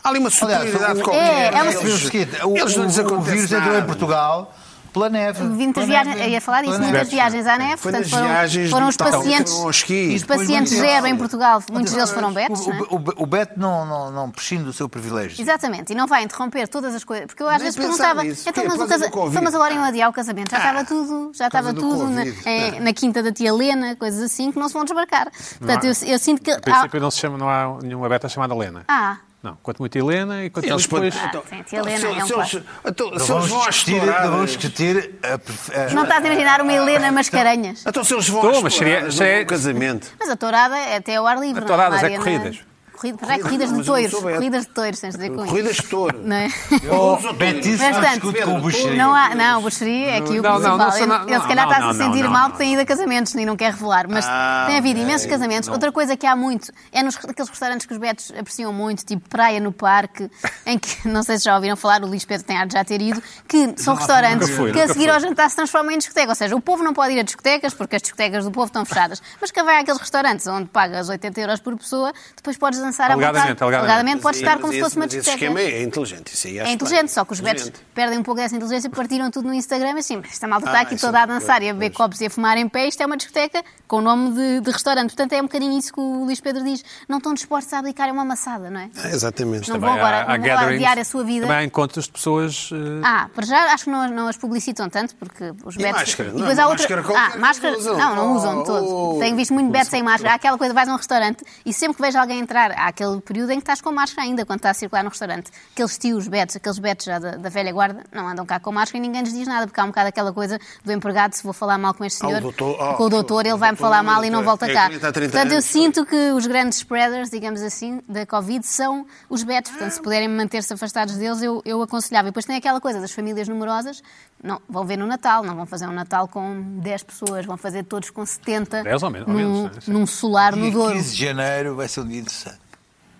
Speaker 2: Há ali uma
Speaker 3: Aliás,
Speaker 2: superioridade
Speaker 3: o-
Speaker 2: qualquer.
Speaker 4: É, é uma-
Speaker 3: Eles- o seguinte, o,
Speaker 2: eles não lhes
Speaker 3: o- o
Speaker 2: acontece
Speaker 3: vírus entrou em
Speaker 2: nada.
Speaker 3: Portugal pela neve.
Speaker 4: Muitas
Speaker 3: Pela
Speaker 1: é
Speaker 4: viagens,
Speaker 3: neve.
Speaker 4: eu ia falar disso,
Speaker 3: Pela
Speaker 4: muitas
Speaker 3: neve.
Speaker 4: viagens à neve,
Speaker 2: Foi
Speaker 4: portanto
Speaker 2: nas
Speaker 4: foram,
Speaker 2: viagens
Speaker 4: foram
Speaker 2: do
Speaker 4: os
Speaker 2: Natal,
Speaker 4: pacientes,
Speaker 2: foram ao esqui.
Speaker 4: os pacientes
Speaker 3: Depois
Speaker 4: zero em
Speaker 3: manteve-se.
Speaker 4: Portugal, muitos deles foram betos,
Speaker 3: O,
Speaker 4: não é?
Speaker 3: o- o- o Beto não, não, não prescinde do seu privilégio.
Speaker 4: Exatamente, e não vai interromper todas as coisas. Porque eu às
Speaker 2: Nem
Speaker 4: vezes
Speaker 2: pensar
Speaker 4: perguntava,
Speaker 2: nisso.
Speaker 4: então,
Speaker 2: Porquê? Por
Speaker 4: mas, o
Speaker 2: causa do
Speaker 4: casa... então, mas
Speaker 2: Covid. Ah.
Speaker 4: agora iam adiar o casamento. Já estava tudo, já
Speaker 2: causa
Speaker 4: estava
Speaker 2: do
Speaker 4: tudo na,
Speaker 2: Covid. Ah.
Speaker 4: em- na quinta da tia Lena, coisas assim, que não se vão desmarcar. Portanto,
Speaker 1: há-
Speaker 4: eu, eu sinto que.
Speaker 1: A princípio não, se chama, não há nenhuma beta chamada Lena.
Speaker 4: Ah,
Speaker 1: Não, quanto muito Helena e quanto
Speaker 2: Eles
Speaker 1: muito depois...
Speaker 2: podem-
Speaker 4: Ah, sim, tia Helena
Speaker 2: se-
Speaker 4: é um
Speaker 2: se
Speaker 4: clássico.
Speaker 2: eles- então,
Speaker 3: Não
Speaker 2: se eles
Speaker 3: vamos
Speaker 2: vão às
Speaker 3: discutir, não vamos
Speaker 2: touradas...
Speaker 3: discutir a- a-
Speaker 4: não tá estás a imaginar uma Helena Mascarenhas.
Speaker 2: Então se eles vão
Speaker 1: Estou,
Speaker 2: às
Speaker 1: mas seria-
Speaker 2: touradas,
Speaker 1: seria-
Speaker 2: não vão ao casamento.
Speaker 4: Mas a tourada é até ao ar livre.
Speaker 1: A tourada
Speaker 4: não
Speaker 1: é
Speaker 4: uma arena-
Speaker 1: corridas.
Speaker 4: Corrida, já é
Speaker 2: Corridas,
Speaker 4: corridas de
Speaker 2: mas eu não
Speaker 4: toiros.
Speaker 2: sou beta.
Speaker 4: Corridas de toiros, tens de dizer com isso.
Speaker 2: Corridas de touro.
Speaker 4: Não é?
Speaker 2: Oh,
Speaker 3: Betis
Speaker 4: Mas
Speaker 3: não
Speaker 4: tanto-
Speaker 3: discute com o Buxeri.
Speaker 4: Não há, não, bruxaria é que
Speaker 1: Não,
Speaker 4: o principal.
Speaker 1: não, não sei, não,
Speaker 4: ele, ele se calhar
Speaker 1: não,
Speaker 4: está a
Speaker 1: não,
Speaker 4: se
Speaker 1: não,
Speaker 4: sentir
Speaker 1: não,
Speaker 4: mal
Speaker 1: não.
Speaker 4: que tem ido a casamentos e não quer revelar, mas
Speaker 2: Ah,
Speaker 4: tem havido imensos casamentos. Outra coisa que há muito é nos aqueles restaurantes que os betos apreciam muito, tipo praia no parque, em que, não sei se já ouviram falar, o Luís Pedro tem ar de já ter ido, que são restaurantes
Speaker 1: nunca fui,
Speaker 4: que a
Speaker 1: nunca
Speaker 4: seguir
Speaker 1: fui.
Speaker 4: ao jantar se transformam em discoteca. Ou seja, o povo não pode ir a discotecas porque as discotecas do povo estão fechadas, mas quem vai àqueles restaurantes onde pagas 80 euros por pessoa, depois podes dançar à vontade.
Speaker 1: Alegadamente, alegadamente.
Speaker 4: podes
Speaker 2: Mas
Speaker 4: estar
Speaker 2: é-
Speaker 4: como
Speaker 2: mas
Speaker 4: se fosse
Speaker 2: esse-
Speaker 4: uma
Speaker 2: mas
Speaker 4: discoteca.
Speaker 2: Esse esquema é inteligente. Isso aí acho
Speaker 4: É
Speaker 2: bem.
Speaker 4: inteligente, só que os betos
Speaker 2: Inteligente.
Speaker 4: perdem um pouco dessa inteligência, partiram tudo no Instagram assim, mas esta malta está
Speaker 2: Ah,
Speaker 4: aqui
Speaker 2: isso é
Speaker 4: toda a
Speaker 2: outra
Speaker 4: dançar
Speaker 2: coisa,
Speaker 4: e a beber
Speaker 2: pois.
Speaker 4: copos e a fumar em pé, isto é uma discoteca com o nome de, de restaurante. Portanto, é um bocadinho isso que o Luís Pedro diz. Não estão dispostos a aplicar uma amassada, não é?
Speaker 2: Ah, Exatamente.
Speaker 4: Não
Speaker 1: Também
Speaker 4: vou agora-
Speaker 1: há- há
Speaker 4: não vou
Speaker 1: gatherings,
Speaker 4: adiar a sua vida.
Speaker 1: Também há encontros de pessoas... eh,
Speaker 4: Ah, para já acho que não, não as publicitam tanto, porque os betos.
Speaker 2: máscara?
Speaker 4: e
Speaker 2: Não,
Speaker 4: depois
Speaker 2: uma
Speaker 4: há outra.
Speaker 2: máscara qualquer
Speaker 4: ah, máscara.
Speaker 2: que usam.
Speaker 4: Não, não usam
Speaker 2: Oh,
Speaker 4: todos.
Speaker 2: oh.
Speaker 4: Tenho visto muito betos sem máscara. Há aquela coisa, vais a um restaurante e sempre que vejo alguém entrar, há aquele período em que estás com máscara ainda, quando estás a circular no restaurante. Aqueles tios betos, aqueles betos já da, da velha guarda, não andam cá com máscara e ninguém lhes diz nada, porque há um bocado aquela coisa do empregado, se vou falar mal com este
Speaker 2: Ah, o
Speaker 4: senhor,
Speaker 2: doutor, ah,
Speaker 4: com o doutor, ele
Speaker 2: o
Speaker 4: vai-me
Speaker 2: doutor,
Speaker 4: falar mal e não
Speaker 2: doutor.
Speaker 4: volta
Speaker 2: É
Speaker 4: cá.
Speaker 2: que ele está há 30
Speaker 4: Portanto, eu
Speaker 2: anos,
Speaker 4: sinto que os grandes spreaders, digamos assim, da Covid são os betos. Portanto, se puderem manter-se afastados deles, eu, eu aconselhava. E depois tem aquela coisa das famílias numerosas, não, vão ver no Natal, não vão fazer um Natal com 10 pessoas, vão fazer todos com 70
Speaker 1: 10 ou menos, ou
Speaker 4: num,
Speaker 1: menos, né? Sim.
Speaker 4: num solar no
Speaker 3: Dia
Speaker 4: Douro,
Speaker 3: 15 de janeiro vai ser um dia interessante.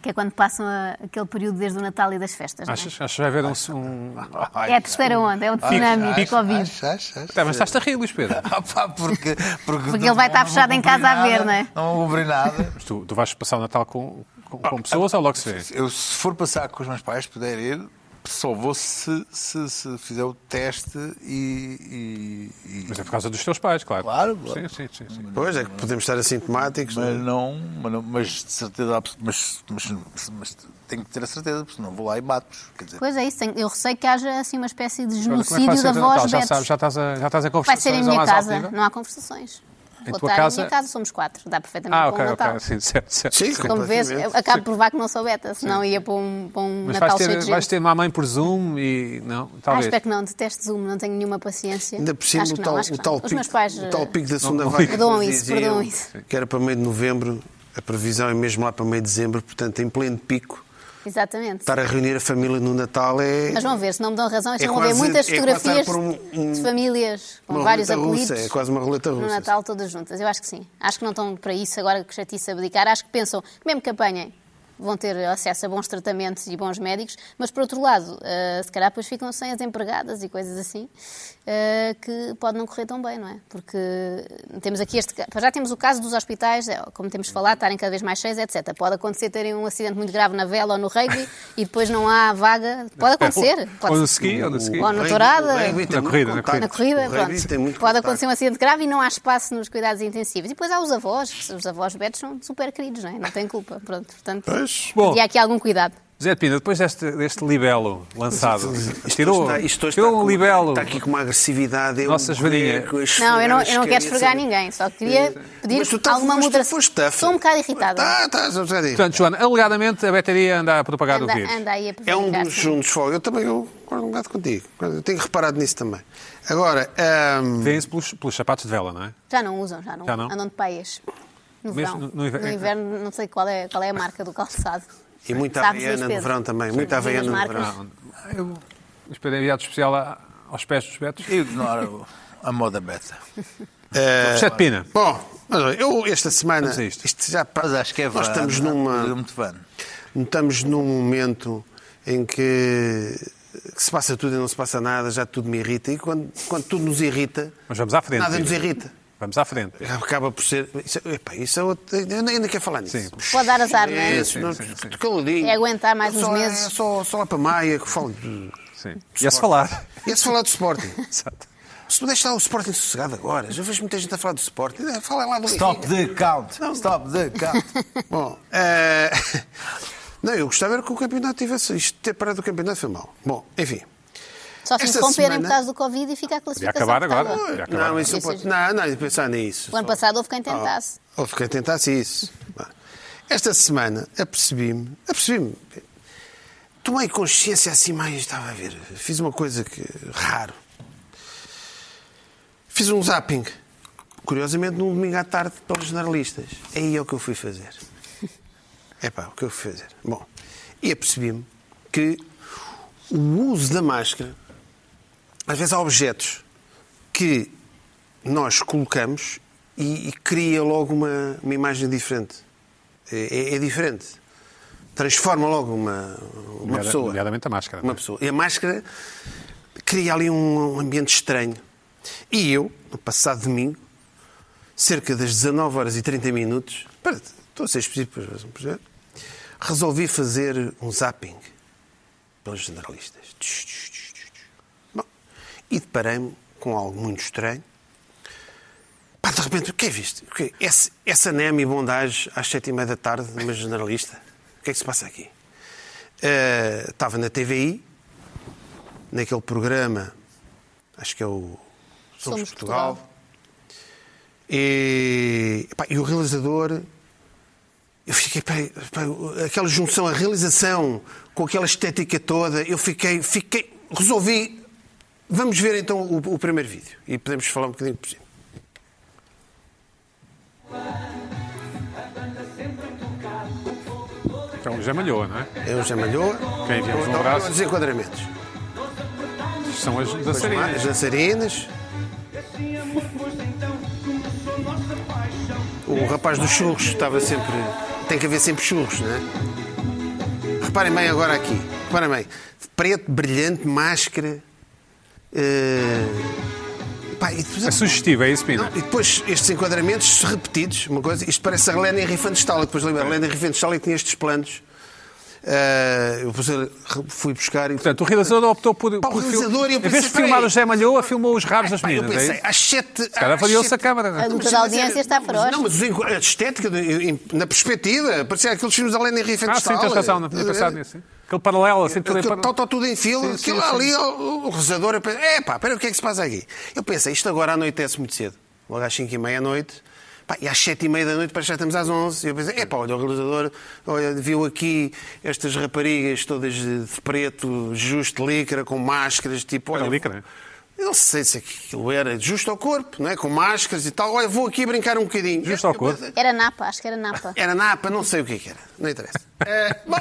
Speaker 4: que é quando passam a- aquele período desde o Natal e das festas. não é?
Speaker 1: Achas, achas que vai haver um. um...
Speaker 4: É a terceira onda, é o tsunami de
Speaker 3: Acho,
Speaker 4: Covid.
Speaker 3: acho, acho, acho.
Speaker 1: Tá, mas estás-te a rir, Luís Pedro.
Speaker 3: Ah, pá, porque, porque,
Speaker 4: ele vai estar fechado em casa a ver, não é?
Speaker 3: Não vou abrir nada.
Speaker 1: Mas tu, tu vais passar o Natal com, com, com pessoas ou logo se vê?
Speaker 3: Eu, se for passar com os meus pais, puder ir, só vou se, se, se fizer o teste e. e- e-
Speaker 1: Mas é por causa dos teus pais, claro.
Speaker 3: Claro, claro.
Speaker 1: Sim, sim, sim. sim.
Speaker 2: Pois é que podemos estar assintomáticos. não é?
Speaker 3: mas não, mas não- mas de certeza, abs- mas, mas, mas tenho que ter a certeza, porque senão vou lá e mato-os. Quer dizer,
Speaker 4: Pois é isso, tenho- eu receio que haja assim uma espécie de
Speaker 1: Olha, como é que vai
Speaker 4: genocídio
Speaker 1: ser
Speaker 4: da
Speaker 1: o teu Natal?
Speaker 4: voz
Speaker 1: já,
Speaker 4: betos.
Speaker 1: sabes, já estás a, já estás a
Speaker 4: Vai
Speaker 1: conversar
Speaker 4: ser em minha casa, não há conversações.
Speaker 1: Em
Speaker 4: Vou
Speaker 1: tua
Speaker 4: estar
Speaker 1: casa?
Speaker 4: em minha casa, somos quatro, dá perfeitamente
Speaker 1: Ah,
Speaker 4: para
Speaker 1: ok,
Speaker 4: um Natal.
Speaker 1: ok. Sim, certo, certo.
Speaker 2: Sim,
Speaker 1: certo.
Speaker 4: Como vês, eu acabo
Speaker 1: Sim.
Speaker 4: de provar que não sou beta, senão ia para um, para um
Speaker 1: Mas
Speaker 4: Natal
Speaker 1: vais ter,
Speaker 4: cheio de
Speaker 1: vais
Speaker 4: gente.
Speaker 1: ter mamãe por Zoom e. Não,
Speaker 4: Ah,
Speaker 1: talvez.
Speaker 4: espero que não, detesto Zoom, não tenho nenhuma paciência.
Speaker 2: Ainda por cima,
Speaker 4: acho
Speaker 2: o
Speaker 4: que
Speaker 2: tal,
Speaker 4: não, acho
Speaker 2: o,
Speaker 4: que
Speaker 2: tal
Speaker 4: não. Os meus
Speaker 2: pico,
Speaker 4: pais...
Speaker 2: o tal pico da segunda
Speaker 1: não
Speaker 2: vaga.
Speaker 1: fica.
Speaker 4: Perdoam
Speaker 2: que
Speaker 4: isso,
Speaker 2: diziam
Speaker 4: perdoam isso.
Speaker 2: Que era para meio de novembro, a previsão é mesmo lá para meio de dezembro, portanto, em pleno pico,
Speaker 4: Exatamente.
Speaker 2: estar a reunir a família no Natal é.
Speaker 4: Mas vão ver, se não me dão razão,
Speaker 2: É
Speaker 4: é vão ver
Speaker 2: quase-
Speaker 4: muitas
Speaker 2: é quase
Speaker 4: fotografias
Speaker 2: dar por um- um-
Speaker 4: de famílias com
Speaker 2: uma
Speaker 4: vários
Speaker 2: roleta russa,
Speaker 4: apelidos.
Speaker 2: é quase uma roleta
Speaker 4: No
Speaker 2: russa.
Speaker 4: Natal, todas juntas. Eu acho que sim. Acho que não estão para isso agora que chatice abdicar. Acho que pensam, que mesmo que apanhem, vão ter acesso a bons tratamentos e bons médicos, mas por outro lado, eh, se calhar depois ficam sem as empregadas e coisas assim, eh, que pode não correr tão bem, não é? Porque temos aqui este. ca- para Já temos o caso dos hospitais, eh, como temos falado, estarem cada vez mais cheios, etc. Pode acontecer terem um acidente muito grave na vela ou no rugby e depois não há vaga. Pode acontecer.
Speaker 1: É, Ou no
Speaker 4: Pode...
Speaker 1: ski, ou no ski.
Speaker 4: Ou no-
Speaker 2: O rugby-
Speaker 4: Torada.
Speaker 2: o rugby tem
Speaker 1: Na
Speaker 2: muito
Speaker 1: corrida, na
Speaker 2: contacto.
Speaker 4: Na corrida,
Speaker 2: O rugby
Speaker 4: pronto.
Speaker 2: tem muito
Speaker 4: Pode
Speaker 2: contacto.
Speaker 4: acontecer um acidente grave e não há espaço nos cuidados intensivos. E depois há os avós. Os avós betos são super queridos, não é? Não têm culpa. Pronto, portanto,
Speaker 2: Pois.
Speaker 1: Bom.
Speaker 4: e há aqui algum cuidado.
Speaker 1: Zé Pina, depois deste, deste libelo lançado,
Speaker 2: Isto
Speaker 1: tirou,
Speaker 2: está- isto hoje
Speaker 1: tirou
Speaker 2: está
Speaker 1: um
Speaker 2: com-
Speaker 1: libelo.
Speaker 2: Está aqui com uma agressividade. é eu
Speaker 1: Nossas
Speaker 2: morrer
Speaker 1: varinhas.
Speaker 2: com as
Speaker 4: Não, eu
Speaker 2: esfregar
Speaker 4: não, eu não
Speaker 2: as
Speaker 4: quero
Speaker 2: cabeças. É.
Speaker 4: esfregar ninguém. Só queria pedir
Speaker 2: eh, Mas tu estás-
Speaker 4: alguma
Speaker 2: mas tu
Speaker 4: moderação.
Speaker 2: foste tough.
Speaker 4: Sou um bocado irritada.
Speaker 2: Tá, tá, estás um bocado irritado.
Speaker 1: Portanto, Joana, alegadamente a Betaria anda a propagar
Speaker 4: anda,
Speaker 1: o Tá vírus.
Speaker 4: anda aí a
Speaker 2: É um
Speaker 4: prejudicar-se.
Speaker 2: dos, um dos fogos. Eu também eu concordo um bocado contigo. Eu tenho reparado nisso também. Agora, ahm,
Speaker 1: Vêem-se pelos, pelos sapatos de vela, não é?
Speaker 4: Já não usam, já não,
Speaker 1: Já não?
Speaker 4: andam de paias. No
Speaker 1: Mesmo
Speaker 4: verão.
Speaker 1: no- no inverno-
Speaker 4: não sei qual é, qual é a marca do calçado.
Speaker 2: e muita
Speaker 4: Sabes,
Speaker 2: havaiana
Speaker 4: Luís
Speaker 2: no
Speaker 4: Pedro?
Speaker 2: verão também. Muita
Speaker 4: Sim,
Speaker 2: havaiana
Speaker 4: as
Speaker 2: no
Speaker 4: marcas.
Speaker 2: verão.
Speaker 1: Ah, Eu esperei enviado especial a- aos pés dos betos.
Speaker 3: eu ignoro a moda beta.
Speaker 2: É.
Speaker 1: Zé Pina,
Speaker 2: Bom, mas olha, eu esta semana.
Speaker 1: Vamos a isto.
Speaker 2: já
Speaker 3: Mas acho que é
Speaker 2: Nós
Speaker 3: van,
Speaker 2: estamos
Speaker 3: não é?
Speaker 2: numa-
Speaker 3: Coisa Muito van.
Speaker 2: estamos num momento em que, que se passa tudo e não se passa nada, já tudo me irrita. E quando, quando tudo nos irrita,
Speaker 1: mas vamos à frente.
Speaker 2: nada nos
Speaker 1: Pina.
Speaker 2: irrita.
Speaker 1: Vamos à frente. Pina.
Speaker 2: Acaba por ser. Isso, é- epá, isso é outro, eu ainda- ainda quero falar nisso.
Speaker 1: Sim.
Speaker 4: Pode dar azar, não é?
Speaker 2: Isso,
Speaker 1: Sim,
Speaker 2: não,
Speaker 1: sim, sim.
Speaker 2: que caladinho.
Speaker 4: É aguentar mais
Speaker 2: Eu
Speaker 4: uns
Speaker 2: só-
Speaker 4: meses.
Speaker 2: é Só, só lá para Maia que falo. de-
Speaker 1: Sim. E a se falar.
Speaker 2: E é se falar do Sporting.
Speaker 1: Exato.
Speaker 2: Se me deixar o Sporting sossegado agora, já vejo muita gente a falar do Sporting. É, Fala lá do
Speaker 3: Stop
Speaker 2: Benfica.
Speaker 3: the count. Stop the count.
Speaker 2: Bom, eh, não, eu gostava era que o campeonato tivesse. Isto ter parado o campeonato foi mal. Bom, enfim.
Speaker 4: Só se
Speaker 2: Esta
Speaker 4: interromperem
Speaker 2: semana-
Speaker 4: por causa do Covid e fica a classificação. Tá
Speaker 1: acabar
Speaker 4: que
Speaker 1: agora.
Speaker 4: estava.
Speaker 1: Já acabaram.
Speaker 2: Não, isso é Ah. não
Speaker 4: Isso
Speaker 2: pode.
Speaker 4: já-
Speaker 2: Não, não, de pensar nisso.
Speaker 4: O ano
Speaker 2: Só-
Speaker 4: passado houve quem tentasse.
Speaker 2: Ou fiquei a tentasse isso. Vá. Esta semana apercebi-me, apercebi-me, tomei consciência assim mais, estava a ver, fiz uma coisa que raro. Fiz um zapping, curiosamente num domingo à tarde para os generalistas. Aí é o que eu fui fazer. Epá, o que eu fui fazer. Bom, e apercebi-me que o uso da máscara, às vezes há objetos que nós colocamos e, e cria logo uma, uma imagem diferente. É, é- é diferente. Transforma logo uma, uma
Speaker 1: Nomeada-
Speaker 2: pessoa.
Speaker 1: nomeadamente a máscara, não
Speaker 2: Uma
Speaker 1: é?
Speaker 2: pessoa. E a máscara cria ali um, um ambiente estranho. E eu, no passado domingo, cerca das 19 horas e 30 minutos, para, estou a ser específico, mas vamos ver, resolvi fazer um zapping pelos generalistas. Tch, tch, tch, tch, tch. Bom, e deparei-me com algo muito estranho. Pá, de repente, o que é visto? O que é? Esse, essa NEM e bondage às sete e meia da tarde, numa generalista. O que é que se passa aqui? Eh, Estava na TVI, naquele programa, acho que é o Somos,
Speaker 4: Somos
Speaker 2: Portugal.
Speaker 4: Portugal.
Speaker 2: E, pá, e o realizador, Eu fiquei, pai, pai, aquela junção, a realização, com aquela estética toda, eu fiquei, fiquei, resolvi. Vamos ver então o, o primeiro vídeo e podemos falar um bocadinho por cima.
Speaker 1: Então já malhou, não é?
Speaker 2: Eu já malhou.
Speaker 1: Quem viemos um
Speaker 2: Então,
Speaker 1: braço.
Speaker 2: Os enquadramentos.
Speaker 1: São as
Speaker 2: As ma- As
Speaker 1: dançarinas.
Speaker 2: dançarinas. O rapaz dos churros estava sempre. Tem que haver sempre churros, não é? Reparem bem agora aqui. Reparem bem. Preto, brilhante, máscara. eh, pá, e depois-
Speaker 1: É sugestivo, é isso,
Speaker 2: não,
Speaker 1: Pina?
Speaker 2: e depois estes enquadramentos se repetidos, uma coisa, isto parece a Helena Riefenstahl, depois
Speaker 1: É.
Speaker 2: lembra, a Helena Riefenstahl é tinha estes planos. Eh, eu depois fui buscar e
Speaker 1: Portanto, o realizador optou por.
Speaker 2: Pá, o
Speaker 1: por fil-
Speaker 2: realizador, eu
Speaker 1: Em vez
Speaker 2: pensei,
Speaker 1: de filmar
Speaker 2: peraí.
Speaker 1: o José Malhoa, filmou os rabos das
Speaker 2: Pá, eu
Speaker 1: meninas.
Speaker 2: pensei,
Speaker 1: é isso?
Speaker 2: às sete. Se
Speaker 1: calhar avaliou-se a câmara. é? A
Speaker 4: luta da audiência está feroz.
Speaker 2: Não, mas os enqu- a estética, do- em- na perspectiva, parecia aqueles filmes da Lena Riefenstahl. Eh,
Speaker 1: Ah, sim, tens razão,
Speaker 2: é
Speaker 1: não tinha pensado nisso. sim. Aquele paralelo, assim, tudo em
Speaker 2: Aquilo
Speaker 1: paralelo.
Speaker 2: tal, tal, tá, tudo em fila,
Speaker 1: Sim, sim,
Speaker 2: aquilo
Speaker 1: sim.
Speaker 2: ali, o, o rezador, eu pensei, é pá, pera, o que é que se passa aqui? Eu pensei, isto agora anoitece muito cedo, logo às 5 e meia da noite, pá, e às 7 e meia da noite, parece que já estamos às 11, e eu pensei, é pá, olha, o realizador olha, viu aqui estas raparigas todas de, de preto, justo, licra, com máscaras, tipo, olha...
Speaker 1: Era licra? né?"
Speaker 2: Eu não sei se aquilo era justo ao corpo, não é? com máscaras e tal. Olha, vou aqui brincar um bocadinho.
Speaker 1: Justo ao
Speaker 2: Eu-
Speaker 1: corpo?
Speaker 4: Era Napa, acho que era Napa.
Speaker 2: era Napa, não sei o que é que era. Não interessa. Eh, bom,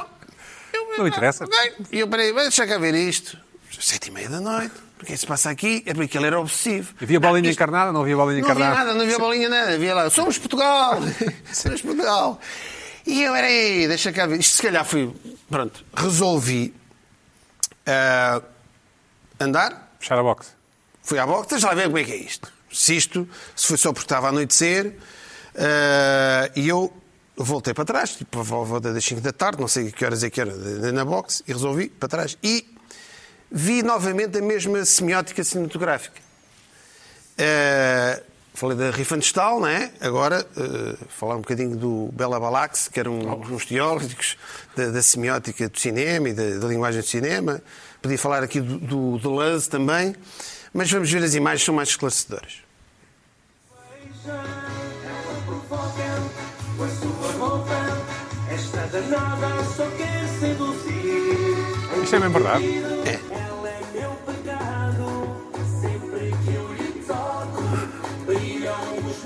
Speaker 2: eu-
Speaker 1: Não interessa.
Speaker 2: Ok. E eu parei, mas deixa cá ver isto. Sete e meia da noite. O que é que se passa aqui? É porque ele era obsessivo.
Speaker 1: Havia bolinha
Speaker 2: Ah, isto-
Speaker 1: encarnada, não havia bolinha
Speaker 2: Não havia
Speaker 1: encarnada.
Speaker 2: nada, não havia bolinha nada. Havia lá, somos Portugal. somos Portugal. E eu era aí, deixa cá ver. Isto se calhar foi, pronto, resolvi eh, andar,
Speaker 1: Fechar a box.
Speaker 2: Fui à boxe, deixa lá ver como é que é isto. Se isto, se foi só porque estava a anoitecer, eh, e eu voltei para trás, tipo, à volta das 5 da tarde, não sei que horas é que era de- de- na boxe, e resolvi para trás. E vi novamente a mesma semiótica cinematográfica. Eh, falei da Riefenstahl, não é? Agora, eh, falar um bocadinho do Bela Balax, que era um
Speaker 1: Oh.
Speaker 2: dos teóricos da, da semiótica do cinema e da, da linguagem do cinema. Podia falar aqui do, do Deleuze também, mas vamos ver as imagens, são mais esclarecedoras.
Speaker 5: Com a sua roupa, esta danada só quer seduzir.
Speaker 1: Isto é mesmo verdade.
Speaker 5: Ela é meu pecado, sempre que eu lhe toco, brilham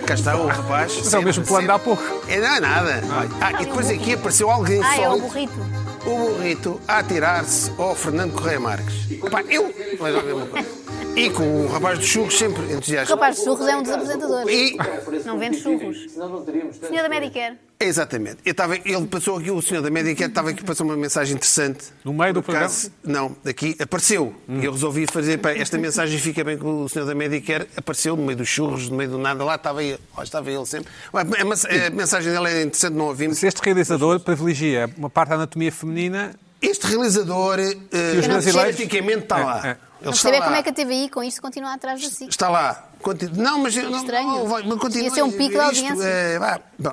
Speaker 5: os
Speaker 2: Cá está o rapaz.
Speaker 1: Mas é o mesmo plano de há pouco.
Speaker 2: É, não é nada. Ah, e depois aqui apareceu alguém
Speaker 4: Ah, é o
Speaker 2: sólido.
Speaker 4: burrito.
Speaker 2: o burrito a atirar-se ao Fernando Correia Marques. Pá, eu. Mas olha uma coisa. E com o rapaz dos churros sempre
Speaker 4: O
Speaker 2: entusiasta.
Speaker 4: rapaz de churros é um dos apresentadores.
Speaker 2: E,
Speaker 4: Não vende churros. Senhor da Medicare.
Speaker 2: exatamente. Eu estava, ele passou aqui, o senhor da Medicare estava aqui, passou uma mensagem interessante.
Speaker 1: No meio do Hum.
Speaker 2: Por acaso, Não, aqui apareceu. E eu resolvi fazer, pá, esta mensagem fica bem com o senhor da Medicare. Apareceu no meio dos churros, no meio do nada. Lá estava ele. Lá estava ele sempre. Ué, A, mas- a mensagem dele é interessante, não a ouvimos.
Speaker 1: Se este realizador privilegia uma parte da anatomia feminina,
Speaker 2: Este realizador, eh,
Speaker 1: os brasileiros-
Speaker 2: geneticamente está lá.
Speaker 1: É, é.
Speaker 2: Ele
Speaker 4: Não
Speaker 2: está
Speaker 4: saber
Speaker 2: lá.
Speaker 4: como é que a TVI com isto continua atrás de si.
Speaker 2: Está lá. Conti- Não, mas eu não,
Speaker 4: Estranho.
Speaker 2: não vai- mas continua.
Speaker 4: Ia ser um pico da
Speaker 2: Isto,
Speaker 4: audiência.
Speaker 2: é, vá, bom.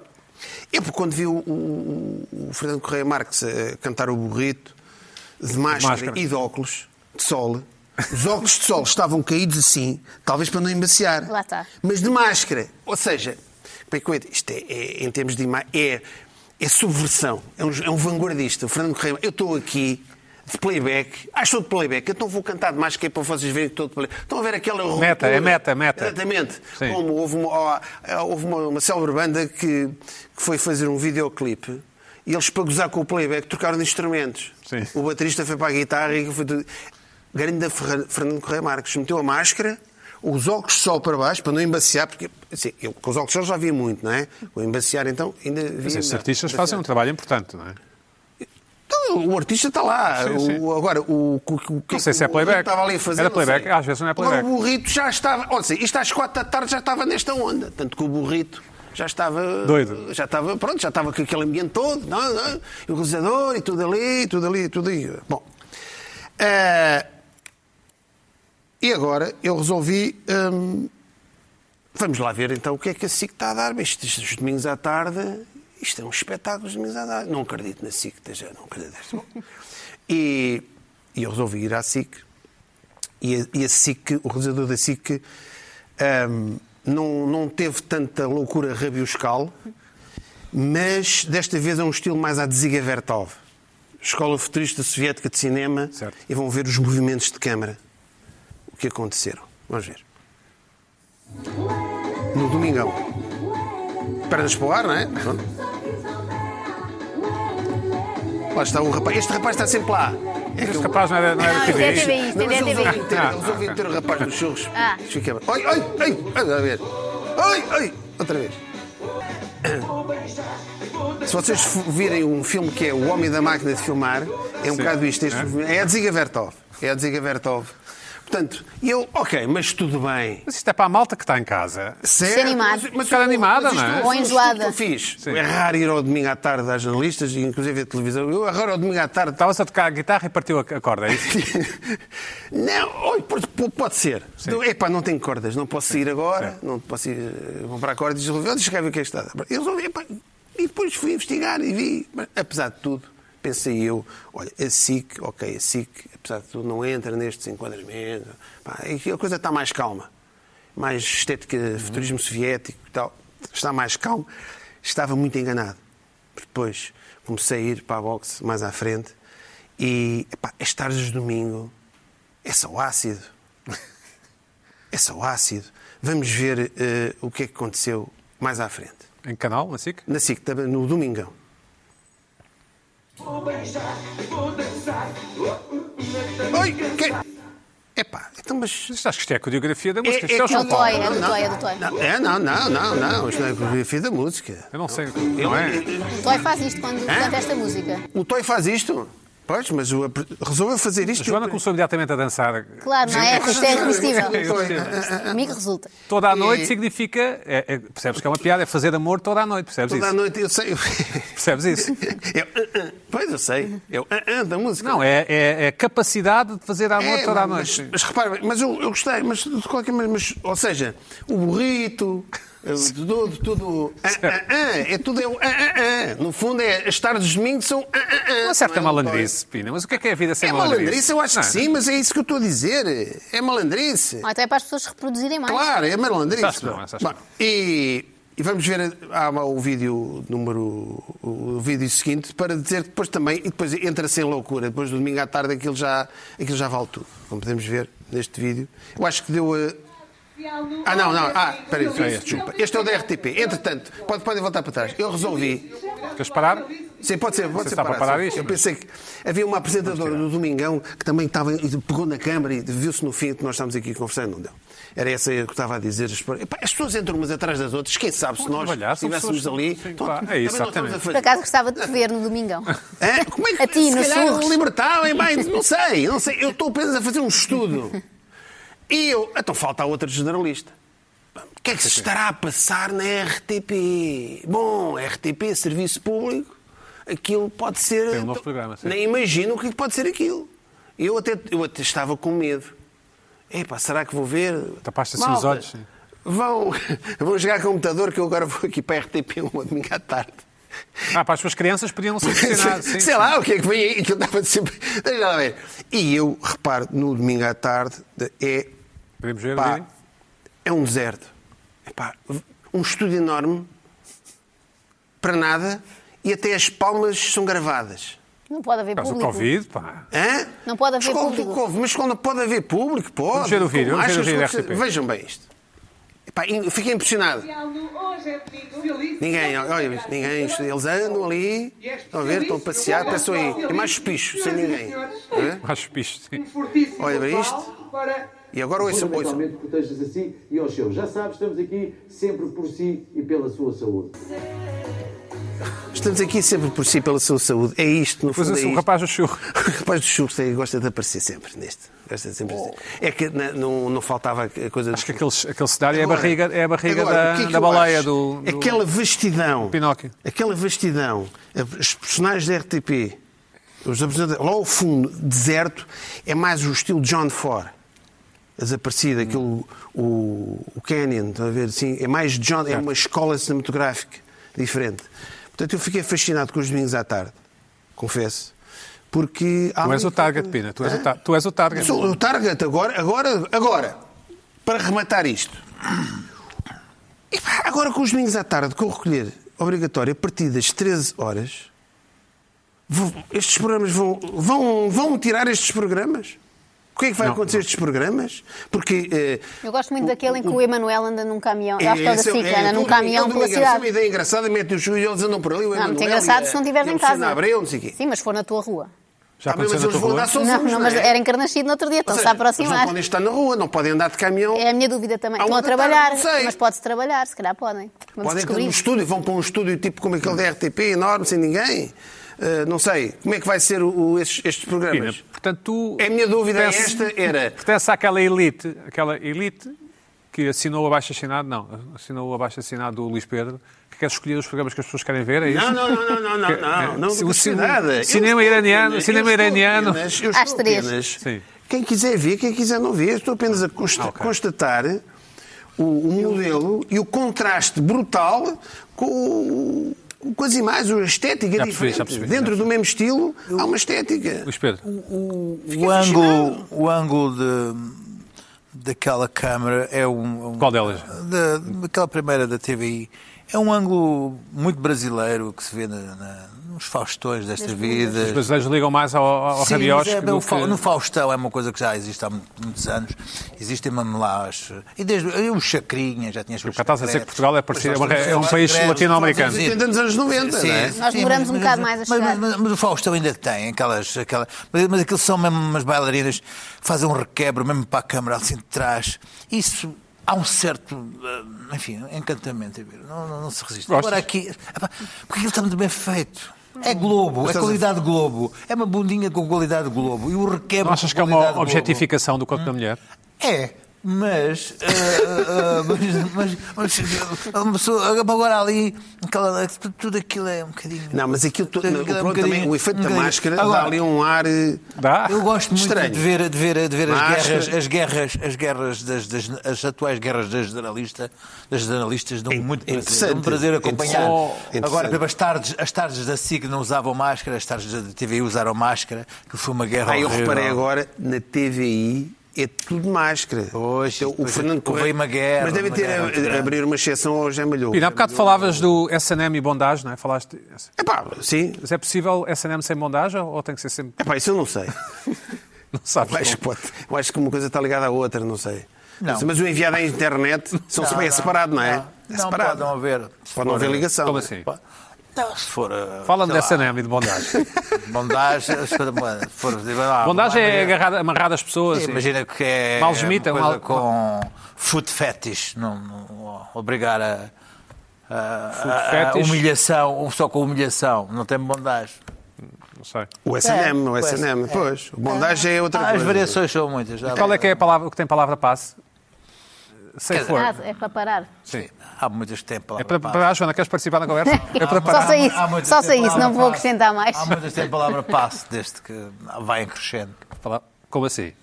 Speaker 2: Eu, porque quando vi o, o- o- o Fernando Correia Marques eh, cantar o burrito de máscara,
Speaker 1: máscara.
Speaker 2: e de óculos de sol, os óculos de sol estavam caídos assim, talvez para não embaciar.
Speaker 4: Lá está.
Speaker 2: Mas de máscara. Ou seja, como é que eu ia dizer? isto é, é- em termos de imagem, é, é subversão. É um, é um vanguardista. O Fernando Correia, eu estou aqui. De playback, ah, estou de playback, então vou cantar de máscara para vocês verem que estou de playback. Estão a ver aquela
Speaker 1: Meta, é meta, meta.
Speaker 2: Exatamente.
Speaker 1: Sim.
Speaker 2: Como houve uma, ó, ó, houve uma, uma célebre banda que, que foi fazer um videoclipe e eles, para gozar com o playback, trocaram de instrumentos.
Speaker 1: Sim.
Speaker 2: O baterista foi para a guitarra e foi tudo. Grande Ferra- Fernando Correia Marques meteu a máscara, os óculos de sol para baixo, para não embaciar, porque assim, eu com os óculos de sol já via muito, não é? O embaciar, então, ainda via.
Speaker 1: mas esses
Speaker 2: melhor.
Speaker 1: artistas fazem um trabalho importante, não é?
Speaker 2: Então, o artista está lá.
Speaker 1: Sim, sim.
Speaker 2: O- agora, o, o, o- o que
Speaker 1: Não sei
Speaker 2: que
Speaker 1: se é
Speaker 2: o
Speaker 1: playback.
Speaker 2: Burrito Estava ali a fazer,
Speaker 1: Era
Speaker 2: não
Speaker 1: playback,
Speaker 2: sei.
Speaker 1: às vezes não é playback.
Speaker 2: Agora, o burrito já estava. Olha, sei, isto às quatro da tarde já estava nesta onda. Tanto que o burrito já estava.
Speaker 1: Doido.
Speaker 2: Já estava, pronto, já estava com aquele ambiente todo. Não, não, e o realizador e tudo ali, tudo ali, tudo ali. Bom. eh, e agora eu resolvi. hum, Vamos lá ver então o que é que a SIC está a dar. Mas Isto, isto, os domingos à tarde, isto é um espetáculo os domingos à tarde. Não acredito na SIC, já não acredito. Bom, E, e eu resolvi ir à SIC. E a, e a SIC, o realizador da SIC, hum, ahm, não, não teve tanta loucura rabioscal. mas desta vez é um estilo mais à Dziga Vertov. Escola Futurista Soviética de Cinema
Speaker 1: Certo.
Speaker 2: e vão ver os movimentos de câmara. O que aconteceram. Vamos ver. No domingão. Pernas para o ar, não é? Pronto. Lá está o rapaz. Este rapaz está sempre lá. É que
Speaker 1: Este
Speaker 2: eu-
Speaker 1: rapaz não era, não era
Speaker 4: Não, isto é TVI, isto
Speaker 2: não, mas
Speaker 4: é
Speaker 2: eles
Speaker 4: TVI.
Speaker 2: ouvem ter,
Speaker 1: Ah,
Speaker 2: eles ouvem ter o rapaz dos churros.
Speaker 4: Ah.
Speaker 2: Fica bem. Oi, oi, oi, anda a ver. Oi, oi, outra vez. Se vocês f- virem um filme que é O Homem da Máquina de Filmar, é um
Speaker 1: Sim.
Speaker 2: bocado isto. este
Speaker 1: É?
Speaker 2: filme. é a Dziga Vertov. É a Dziga Vertov. Portanto, eu, ok, mas tudo bem.
Speaker 1: Mas isto é para a malta que está em casa.
Speaker 2: Certo,
Speaker 4: animado.
Speaker 1: Ficar animada,
Speaker 2: isto-
Speaker 1: não é?
Speaker 2: isto
Speaker 4: Ou enjoada.
Speaker 2: que Eu fiz.
Speaker 1: Sim.
Speaker 2: É raro ir ao domingo à tarde às jornalistas, inclusive à televisão. Eu, é raro ao domingo à tarde,
Speaker 1: Estavas a tocar a guitarra e partiu a a corda, é isso?
Speaker 2: Não, olha, pode, pode ser. Não, Epá, não tenho cordas, não posso sair agora,
Speaker 1: Sim.
Speaker 2: não posso ir eh, comprar cordas. Olha, deixa cá ver o que é que está. Eu resolvi, epá, e depois fui investigar e vi. Mas, apesar de tudo, pensei eu, olha, a SIC, ok, a SIC, apesar de tudo, não entra nestes enquadramentos. Pá, e a coisa está mais calma. Mais estética, futurismo soviético e tal. Está mais calmo. Estava muito enganado. Depois comecei a ir para a boxe mais à frente e epá, as tardes de domingo é só ácido. É só ácido. Vamos ver eh, o que é que aconteceu mais à frente.
Speaker 1: Em canal, na SIC?
Speaker 2: Na SIC, também no Domingão.
Speaker 5: Vou beijar, vou dançar. uh, uh, na tanga.
Speaker 2: Oi! Que... Epá, então mas.
Speaker 1: Mas acho que isto é a coreografia da música.
Speaker 2: É-
Speaker 1: Isto é o
Speaker 2: é
Speaker 1: João
Speaker 4: do
Speaker 1: Paulo.
Speaker 4: Toy, é do
Speaker 2: Não,
Speaker 4: Toy, é do Toy.
Speaker 2: Não, é, não, não, não, não. Isto não é coreografia da música.
Speaker 1: Eu não sei, não é?
Speaker 4: O Toy faz isto quando canta esta música.
Speaker 2: O Toy faz isto? Pois, mas o... resolveu fazer
Speaker 1: A
Speaker 2: isto.
Speaker 1: Joana começou imediatamente a dançar.
Speaker 4: Claro, não é? Isto é irresistível.
Speaker 1: Sim.
Speaker 4: Comigo resulta.
Speaker 1: Toda a noite significa. é- é- percebes que é uma piada, é fazer amor toda a noite, percebes
Speaker 2: Toda a
Speaker 1: isso?
Speaker 2: noite eu sei.
Speaker 1: Percebes isso?
Speaker 2: Eu, ah, ah. Pois eu sei. Eu, ah, ah, da música.
Speaker 1: Não, é, é, é a capacidade de fazer amor
Speaker 2: É,
Speaker 1: toda a
Speaker 2: mas,
Speaker 1: noite.
Speaker 2: mas repara, bem, mas eu, eu gostei, mas de qualquer maneira, mas, ou seja, o burrito, o tudo, tudo. ah, ah, ah, é tudo é o. ah, ah, ah. No fundo, é as tardes de domingo são. ah, ah, ah,
Speaker 1: Uma certa
Speaker 2: não é um
Speaker 1: malandrice, Pina. Mas o que é que é a vida
Speaker 2: toy.
Speaker 1: sem
Speaker 2: É
Speaker 1: malandrice?
Speaker 2: malandrice, eu acho
Speaker 1: Não
Speaker 2: que
Speaker 1: é?
Speaker 2: sim, mas é isso que eu estou a dizer. É malandrice.
Speaker 4: Ou então é para as pessoas reproduzirem mais.
Speaker 2: Claro, é malandrice.
Speaker 1: Acho que não, acho que não.
Speaker 2: Bom, E, e vamos ver há o vídeo número o vídeo seguinte para dizer que depois também e depois entra sem loucura depois do domingo à tarde aquilo já aquilo já vale tudo como podemos ver neste vídeo eu acho que deu a ah não não ah peraí
Speaker 1: é este.
Speaker 2: desculpa este é o da RTP entretanto pode podem voltar para trás eu resolvi
Speaker 1: Queres parar?
Speaker 2: Sim, pode ser, pode
Speaker 1: Você
Speaker 2: ser.
Speaker 1: está para
Speaker 2: parado.
Speaker 1: parar isto,
Speaker 2: Eu
Speaker 1: mas-
Speaker 2: pensei que havia uma apresentadora do Domingão que também estava, e pegou na câmara e viu-se no fim que nós estamos aqui conversando, não deu. Era essa que eu estava a dizer. As Epá, as pessoas entram umas atrás das outras, quem sabe se
Speaker 1: Vão
Speaker 2: nós
Speaker 1: trabalhar, são
Speaker 2: estivéssemos
Speaker 1: pessoas-
Speaker 2: ali.
Speaker 1: Sim,
Speaker 2: Então,
Speaker 1: claro. É
Speaker 2: também
Speaker 1: isso,
Speaker 2: não
Speaker 1: exatamente.
Speaker 2: estamos a fazer-
Speaker 4: Por acaso gostava de te ver no domingão.
Speaker 2: Hã? Como é que
Speaker 4: A ti,
Speaker 2: se
Speaker 4: nos
Speaker 2: calhar
Speaker 4: surros.
Speaker 2: libertarem? Bem, não sei, não sei. Eu estou apenas a fazer um estudo. E eu. Então falta a outra generalista. O que é que se estará a passar na RTP? Bom, RTP, serviço público, aquilo pode ser.
Speaker 1: Tem um novo programa, sim.
Speaker 2: Nem imagino o que é que pode ser aquilo. Eu até, eu até estava com medo. Epá, será que vou ver?
Speaker 1: Tapaste assim
Speaker 2: Malta,
Speaker 1: os olhos, sim.
Speaker 2: Vão, vão jogar com o computador que eu agora vou aqui para a RTP uma domingo à tarde.
Speaker 1: Ah, para as suas crianças podiam ser
Speaker 2: Sei,
Speaker 1: ensinadas. Sim, sim.
Speaker 2: lá o que é que vem aí, que eu estava sempre. Deixa lá ver. E eu reparo no domingo à tarde, de- é.
Speaker 1: Podemos ver,
Speaker 2: pá,
Speaker 1: Vini?
Speaker 2: é um deserto. É pá, um estúdio enorme, para nada, e até as palmas são gravadas.
Speaker 4: Não pode haver
Speaker 1: Por causa do
Speaker 4: público.
Speaker 1: Covid, pá.
Speaker 2: Hã?
Speaker 4: Não pode haver
Speaker 2: Escola do
Speaker 4: público.
Speaker 2: Corvo, mas quando pode haver público, pode.
Speaker 1: Vamos ver o vídeo, vamos ver o
Speaker 2: Achas
Speaker 1: vídeo da
Speaker 2: que-
Speaker 1: RTP.
Speaker 2: Vejam bem isto. Epá, in- fiquei impressionado. Ninguém, olha, isto, ninguém. isto, Eles andam ali, estão a ver, estão a passear, pensam aí. É mais picho, sem ninguém. Hã?
Speaker 1: Acho bicho, sim.
Speaker 2: Olha bem isto. E agora ouçam, ouçam.
Speaker 6: Fundamentalmente proteja-se a si e aos seus. Já sabe, estamos aqui sempre por si e pela sua saúde.
Speaker 2: Estamos aqui sempre por si, pela sua saúde. É isto, no
Speaker 1: Pois
Speaker 2: fundo. É
Speaker 1: assim, o
Speaker 2: isto.
Speaker 1: rapaz do churro.
Speaker 2: O rapaz do churro tem- gosta de aparecer sempre neste. Gosta de sempre aparecer. É que na- não, não faltava a coisa.
Speaker 1: Oh. Acho que aquele, aquele cenário é a barriga, é a barriga
Speaker 2: agora,
Speaker 1: da,
Speaker 2: o que é que
Speaker 1: da
Speaker 2: eu
Speaker 1: baleia
Speaker 2: acho?
Speaker 1: do, do-
Speaker 2: Aquela vastidão.
Speaker 1: Pinóquio.
Speaker 2: Aquela vastidão. Os personagens da RTP. Os apresentadores. Lá ao fundo, deserto, é mais o estilo John Ford. Desaparecida, aquilo, o, o Canyon, estão a ver? Assim, é mais John, é uma escola cinematográfica diferente. Portanto, eu fiquei fascinado com os domingos à tarde, confesso. Porque há
Speaker 1: Tu
Speaker 2: ali- um-
Speaker 1: és o target, Pina. Tu és o, tar- tu és o target.
Speaker 2: Sou o target agora, agora, agora, para rematar isto. E pá, agora com os domingos à tarde que eu recolher, obrigatória a partir das 13 horas. Vou- Estes programas vão, vão, vão tirar estes programas? O que é que vai acontecer a estes programas? Porque. eh,
Speaker 4: Eu gosto muito daquele em que o Emanuel anda num caminhão. Eu acho que é o da
Speaker 2: esse
Speaker 4: SIC, anda num
Speaker 2: tudo-
Speaker 4: caminhão
Speaker 2: tudo
Speaker 4: pela
Speaker 2: ligado. Isso é uma
Speaker 4: cidade.
Speaker 2: ideia engraçada, mete os e eles andam por ali. é, o
Speaker 4: Não, muito
Speaker 2: Emanuel
Speaker 4: engraçado
Speaker 2: e a-
Speaker 4: se não estiveres
Speaker 2: e a
Speaker 4: em casa.
Speaker 2: Luciana Abreu, não sei o quê.
Speaker 4: Sim, mas se for na tua rua.
Speaker 1: Já
Speaker 2: Tá bem,
Speaker 1: aconteceu na
Speaker 2: mas eles
Speaker 1: tua
Speaker 2: vão
Speaker 1: rua?
Speaker 2: andar sozinhos.
Speaker 4: Não, não, mas
Speaker 2: é?
Speaker 4: era encarnascido no outro dia,
Speaker 2: Ou
Speaker 4: estão-se
Speaker 2: seja,
Speaker 4: a
Speaker 2: Eles não
Speaker 4: aproximar.
Speaker 2: podem estar na rua, não podem andar de caminhão.
Speaker 4: É a minha dúvida também.
Speaker 2: À
Speaker 4: Estão
Speaker 2: uma
Speaker 4: a
Speaker 2: da tarde,
Speaker 4: trabalhar,
Speaker 2: não sei.
Speaker 4: mas pode-se trabalhar, se calhar podem. Vamos
Speaker 2: Podem ter um
Speaker 4: descobrir.
Speaker 2: estúdio, vão para um estúdio tipo como aquele da RTP, enorme, sem ninguém. Eh, não sei, como é que vai ser o- o- estes, estes
Speaker 1: Pina,
Speaker 2: programas?
Speaker 1: portanto, tu
Speaker 2: A minha dúvida é
Speaker 1: pertence-
Speaker 2: esta era...
Speaker 1: Pertence àquela elite, aquela elite que assinou o abaixo-assinado, não, assinou o abaixo-assinado do Luís Pedro, que quer escolher os programas que as pessoas querem ver, é isso?
Speaker 2: Não, não, não, não, não, não, não, não,
Speaker 1: Se
Speaker 2: não
Speaker 1: o
Speaker 2: custa
Speaker 1: cinema-
Speaker 2: nada. Eu
Speaker 1: cinema
Speaker 2: estou
Speaker 1: iraniano,
Speaker 2: apenas-
Speaker 1: cinema
Speaker 2: eu estou
Speaker 1: iraniano.
Speaker 2: apenas- eu
Speaker 4: Às
Speaker 2: estou
Speaker 4: três.
Speaker 2: apenas-
Speaker 1: Sim. Ah,
Speaker 2: Quem quiser ver, quem quiser não ver, eu estou apenas a consta- constatar o, o modelo e o contraste brutal com, o- com as imagens, a estética é
Speaker 1: Já percebi,
Speaker 2: diferente.
Speaker 1: já percebi, já
Speaker 2: Dentro do mesmo estilo há uma estética.
Speaker 1: Luís Pedro,
Speaker 2: Fiquei
Speaker 3: O ângulo,
Speaker 2: fascinado.
Speaker 3: o ângulo de, daquela câmara é um. um-
Speaker 1: Qual delas?
Speaker 3: Da, daquela primeira da TVI. É um ângulo muito brasileiro que se vê na- na- nos Faustões desta
Speaker 1: os
Speaker 3: vida.
Speaker 1: brasileiros ligam mais ao, ao
Speaker 3: Sim, mas
Speaker 1: rabiosque
Speaker 3: é,
Speaker 1: do
Speaker 3: o Fa-
Speaker 1: que-
Speaker 3: No Faustão é uma coisa que já existe há mu- muitos anos. Existem mamelás. E desde e os Chacrinha já tinha as suas
Speaker 1: O que estás a dizer que
Speaker 3: secretas.
Speaker 1: Portugal é, parecido, é, uma- é um
Speaker 3: Os
Speaker 1: país
Speaker 3: secretos,
Speaker 1: latino-americano.
Speaker 3: Sim.
Speaker 2: Tentando nos anos 90, não é?
Speaker 4: Nós demoramos um bocado mais a
Speaker 3: mas,
Speaker 4: chegar.
Speaker 3: mas, mas- mas o Faustão ainda tem aquelas. aquela- mas, mas aquilo são mesmo umas bailarinas que fazem um requebro mesmo para a câmara assim de trás. Isso há um certo. eh, Enfim, encantamento a ver. Não, não- não se resiste.
Speaker 1: Gostas?
Speaker 3: Agora aqui. epá, Porque aquilo está muito bem feito. É Globo, é
Speaker 2: estás a-
Speaker 3: qualidade Globo. É uma bundinha com qualidade Globo. E o requebro.
Speaker 1: Não achas
Speaker 3: com
Speaker 1: que é uma
Speaker 3: qualidade Globo.
Speaker 1: objetificação do corpo da mulher?
Speaker 3: É, mas, eh, eh, mas, mas, mas uma pessoa, agora ali, aquela, tudo aquilo é um bocadinho.
Speaker 2: Não, mas aquilo, to-
Speaker 3: Aquilo é um
Speaker 2: o, pronto,
Speaker 3: bocadinho-
Speaker 2: também, o efeito
Speaker 3: um
Speaker 2: da
Speaker 3: bocadinho.
Speaker 2: máscara
Speaker 3: Agora,
Speaker 2: dá ali um ar. eh,
Speaker 1: Dá?
Speaker 3: Eu gosto muito
Speaker 2: Estranho.
Speaker 3: de ver, de ver, de ver as,
Speaker 2: Máscara.
Speaker 3: guerras, as guerras, as guerras das, das- as atuais guerras das jornalistas, das jornalistas dão muito prazer, dão
Speaker 2: interessante.
Speaker 3: prazer acompanhar.
Speaker 2: Interessante. Oh, Interessante.
Speaker 3: Agora, por exemplo, as tardes, as tardes da SIC não usavam máscara, as tardes da TV usaram máscara, que foi uma guerra
Speaker 2: Ah, eu
Speaker 3: horrível.
Speaker 2: reparei agora, na TVI é tudo máscara.
Speaker 3: Pois,
Speaker 2: Então, o
Speaker 3: depois
Speaker 2: Fernando
Speaker 3: houve
Speaker 2: Correia.
Speaker 3: uma guerra,
Speaker 2: Mas devem
Speaker 3: uma
Speaker 2: ter
Speaker 3: guerra muito
Speaker 2: a,
Speaker 3: grande.
Speaker 2: abrir uma exceção ao Jean Malhou.
Speaker 1: Pina, há bocado falavas do SNM e bondage, não é? Falaste.
Speaker 2: Epá, sim.
Speaker 1: Mas é possível SNM sem bondage ou ou tem que ser sempre.
Speaker 2: Epá, isso eu não sei.
Speaker 1: Não sabes?
Speaker 2: Eu acho, que pode- eu acho que uma coisa está ligada à outra, não sei.
Speaker 3: Não.
Speaker 2: Mas o enviado à internet são
Speaker 3: Não,
Speaker 2: é separado, não é? é
Speaker 3: Não,
Speaker 2: separado.
Speaker 3: pode não haver. se
Speaker 2: Pode não haver
Speaker 3: for-
Speaker 2: ligação.
Speaker 1: Como assim?
Speaker 3: Pá,
Speaker 4: Então,
Speaker 3: Não, se for. eh,
Speaker 1: Fala-me
Speaker 3: é, sei
Speaker 1: dessa
Speaker 3: lá,
Speaker 1: NEM e de bondage.
Speaker 3: Bondagem. se for- se for- sei lá,
Speaker 1: Bondage é
Speaker 3: bondagem-
Speaker 1: agarrar, amarrar as pessoas.
Speaker 3: Sim,
Speaker 1: e-
Speaker 3: Imagina que é.
Speaker 1: Malgemita,
Speaker 3: uma coisa
Speaker 1: mal-
Speaker 3: com food fetish. Não, não- obrigar a. a- a- a
Speaker 1: fetish?
Speaker 3: humilhação, um só com humilhação, não tem bondagem.
Speaker 1: Não sei.
Speaker 2: O
Speaker 3: É,
Speaker 2: SNM, o SNM, pois. O bondagem é outra
Speaker 3: Ah,
Speaker 2: coisa.
Speaker 3: as variações são muitas. já
Speaker 1: Qual é
Speaker 3: dá-
Speaker 1: que é a palavra o que tem palavra passe? Sem
Speaker 3: Quer dizer,
Speaker 1: for.
Speaker 4: Ah, é para parar.
Speaker 1: Sim.
Speaker 3: Há muitas que têm palavra.
Speaker 1: É para,
Speaker 3: passe.
Speaker 1: para ah, Joana, queres participar na conversa? É para
Speaker 4: Só
Speaker 1: parar.
Speaker 4: sei isso,
Speaker 3: Há muitas
Speaker 4: só
Speaker 3: que têm
Speaker 4: sei isso,
Speaker 3: palavra
Speaker 4: não vou
Speaker 3: passe.
Speaker 4: acrescentar mais.
Speaker 3: Há muitas que têm palavra passe, desde que vai em crescendo.
Speaker 1: Fala- Como assim?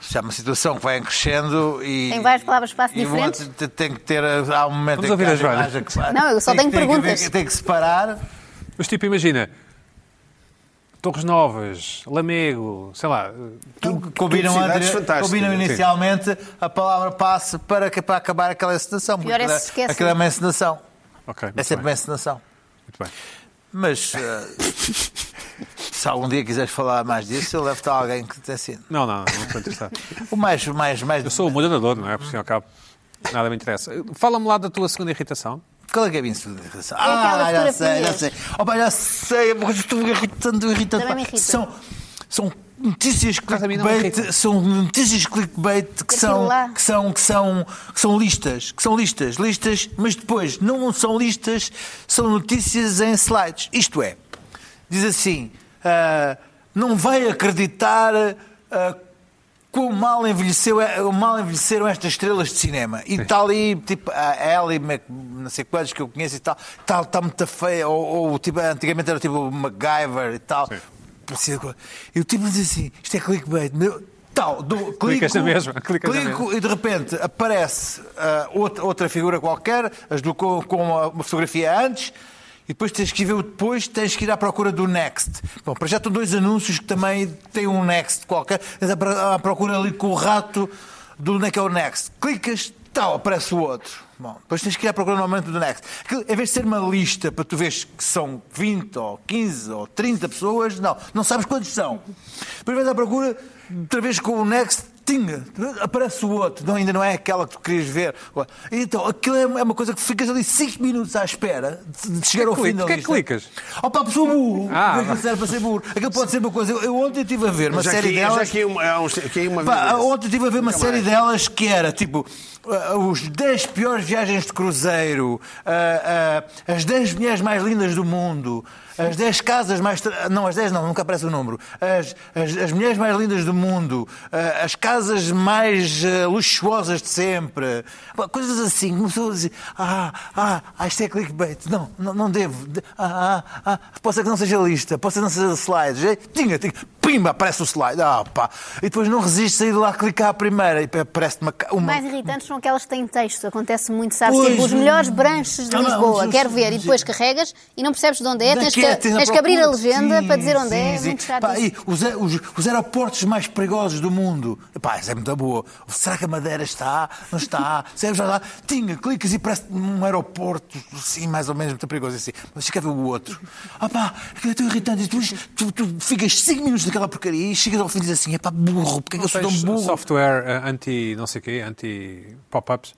Speaker 3: Se há uma situação que vai em crescendo e.
Speaker 4: Tem várias palavras-passe
Speaker 3: e o outro
Speaker 4: diferentes?
Speaker 3: te- Tem que ter. Há um momento
Speaker 1: Vamos
Speaker 3: em que
Speaker 1: ouvir a
Speaker 3: haja-
Speaker 1: Joana.
Speaker 3: haja que parar.
Speaker 4: Não, eu só
Speaker 3: Tem
Speaker 4: tenho
Speaker 3: que- tem que haver-
Speaker 4: perguntas.
Speaker 3: Tem que separar.
Speaker 1: Mas tipo, imagina. Torres Novas, Lamego, sei lá. eh,
Speaker 3: Então, combinam,
Speaker 2: cidades
Speaker 3: anterior-
Speaker 2: fantásticas.
Speaker 3: combinam
Speaker 1: Sim.
Speaker 3: inicialmente a palavra passe para, que- para acabar aquela encenação. porque
Speaker 4: Pior é se
Speaker 3: aquela-
Speaker 4: esquecem.
Speaker 3: Aquela é uma encenação.
Speaker 1: Ok,
Speaker 3: É
Speaker 1: muito
Speaker 3: sempre
Speaker 1: bem.
Speaker 3: uma encenação.
Speaker 1: Muito bem.
Speaker 3: Mas eh, se algum dia quiseres falar mais disso, eu levo-te a alguém que te ensine.
Speaker 1: Não, não, não estou interessado.
Speaker 3: O mais, o mais, o mais.
Speaker 1: Eu sou o moderador, não é? Por fim ao cabo, nada me interessa. Fala-me lá da tua segunda irritação.
Speaker 3: Qual é que é a minha segunda irritação?
Speaker 4: aquela
Speaker 3: Ah, já sei,
Speaker 4: fotografia.
Speaker 3: já sei. Oh, pá, já sei, é uma coisa que estou irritando, irritando.
Speaker 4: Também me
Speaker 3: pá.
Speaker 4: irrita.
Speaker 3: São, são notícias
Speaker 1: Mas a mim não me irrita.
Speaker 3: clickbait, são notícias clickbait que
Speaker 4: Aquilo
Speaker 3: são,
Speaker 4: lá.
Speaker 3: que são, que são, que são listas, que são listas, listas, mas depois não são listas, são notícias em slides. Isto é, diz assim, ah, não vai acreditar ah, quão mal, envelheceu, quão mal envelheceram estas estrelas de cinema. E está ali, tipo, a Ellie, Mac- não sei quantos que eu conheço e tal, está tá muito feia, ou, ou, tipo, antigamente era tipo o MacGyver e tal. Parecia co- E o tipo diz assim, isto é clickbait, meu. Tal, do,
Speaker 1: Clicas na
Speaker 3: clico, um,
Speaker 1: mesma, clicas na
Speaker 3: clico e de repente aparece ah, outra, outra figura qualquer, as do, com, com uma- uma fotografia antes, e depois tens que ir ver o depois, tens que ir à procura do next. Bom, para já estão dois anúncios que também têm um next qualquer, tens à pro- à procura ali com o rato do onde é que é o next. Clicas, tal, aparece o outro. Bom, depois tens que ir à procura normalmente do next. Aquilo, em vez de ser uma lista para tu veres que são 20 ou 15 ou 30 pessoas, não, não sabes quantos são. Depois vais à procura, outra vez com o next, tinga, aparece o outro, não, ainda não é aquela que tu querias ver. Então, aquilo é uma é uma coisa que ficas ali 5 minutos à espera de de chegar ao
Speaker 1: clica?
Speaker 3: fim da
Speaker 1: Porquê
Speaker 3: lista.
Speaker 1: que clicas?
Speaker 3: Oh pá, pessoa burro.
Speaker 1: Ah.
Speaker 3: Não é que serve para ser burro. Aquilo pode ser uma coisa. Eu, eu ontem estive a ver uma
Speaker 2: já
Speaker 3: série
Speaker 2: aqui, é, já
Speaker 3: delas.
Speaker 2: aqui, uma- há uns- aqui é uma
Speaker 3: Pá,
Speaker 2: vez.
Speaker 3: ontem estive a ver uma série delas que era tipo ah, os 10 piores viagens de cruzeiro, ah, ah, as 10 mulheres mais lindas do mundo, as 10 casas mais. tra- Não, as 10 não, nunca aparece o número. As, as, as mulheres mais lindas do mundo, ah, as casas mais ah, luxuosas de sempre. Pá, Coisas assim, uma pessoa diz: ah, ah, ah, isto é clickbait. Não, não, não devo. De- Ah, ah, ah, pode ser que não seja lista, pode ser que não seja slides. Eh, Tinha, tinha pimba, aparece o slide. Ah, pá. E depois não resiste a ir lá clicar à primeira e aparece uma. ca- uma...
Speaker 4: Mais irritantes são aquelas que têm texto. Acontece muito, sabes?
Speaker 3: Pois,
Speaker 4: Tipo, os
Speaker 3: não-
Speaker 4: melhores branches de
Speaker 3: Ah, não,
Speaker 4: Lisboa.
Speaker 3: os-
Speaker 4: Quero ver.
Speaker 3: os-
Speaker 4: E depois carregas e não percebes de onde é. Tens
Speaker 3: Daqui
Speaker 4: que,
Speaker 3: é, tens a
Speaker 4: tens que abrir a
Speaker 3: procura.
Speaker 4: legenda
Speaker 3: Sim,
Speaker 4: para dizer onde é. É
Speaker 3: sim,
Speaker 4: muito
Speaker 3: sim.
Speaker 4: chato.
Speaker 3: Pá,
Speaker 4: isso.
Speaker 3: e os, a- os- os aeroportos mais perigosos do mundo. Pá, isso é muito boa. Será que a Madeira está? Não está? Será já lá? Tinha, clicas e parece um aeroporto, assim, mais ou menos, muito perigoso assim. Mas fica a ver o outro. Ah pá, aquilo é tão irritante. E depois tu, tu ficas 5 minutos naquela porcaria e chegas ao fim e dizes assim, é pá, burro, porque é que eu sou tão
Speaker 1: Tens
Speaker 3: burro?
Speaker 1: software eh, anti não sei o quê, anti pop-ups.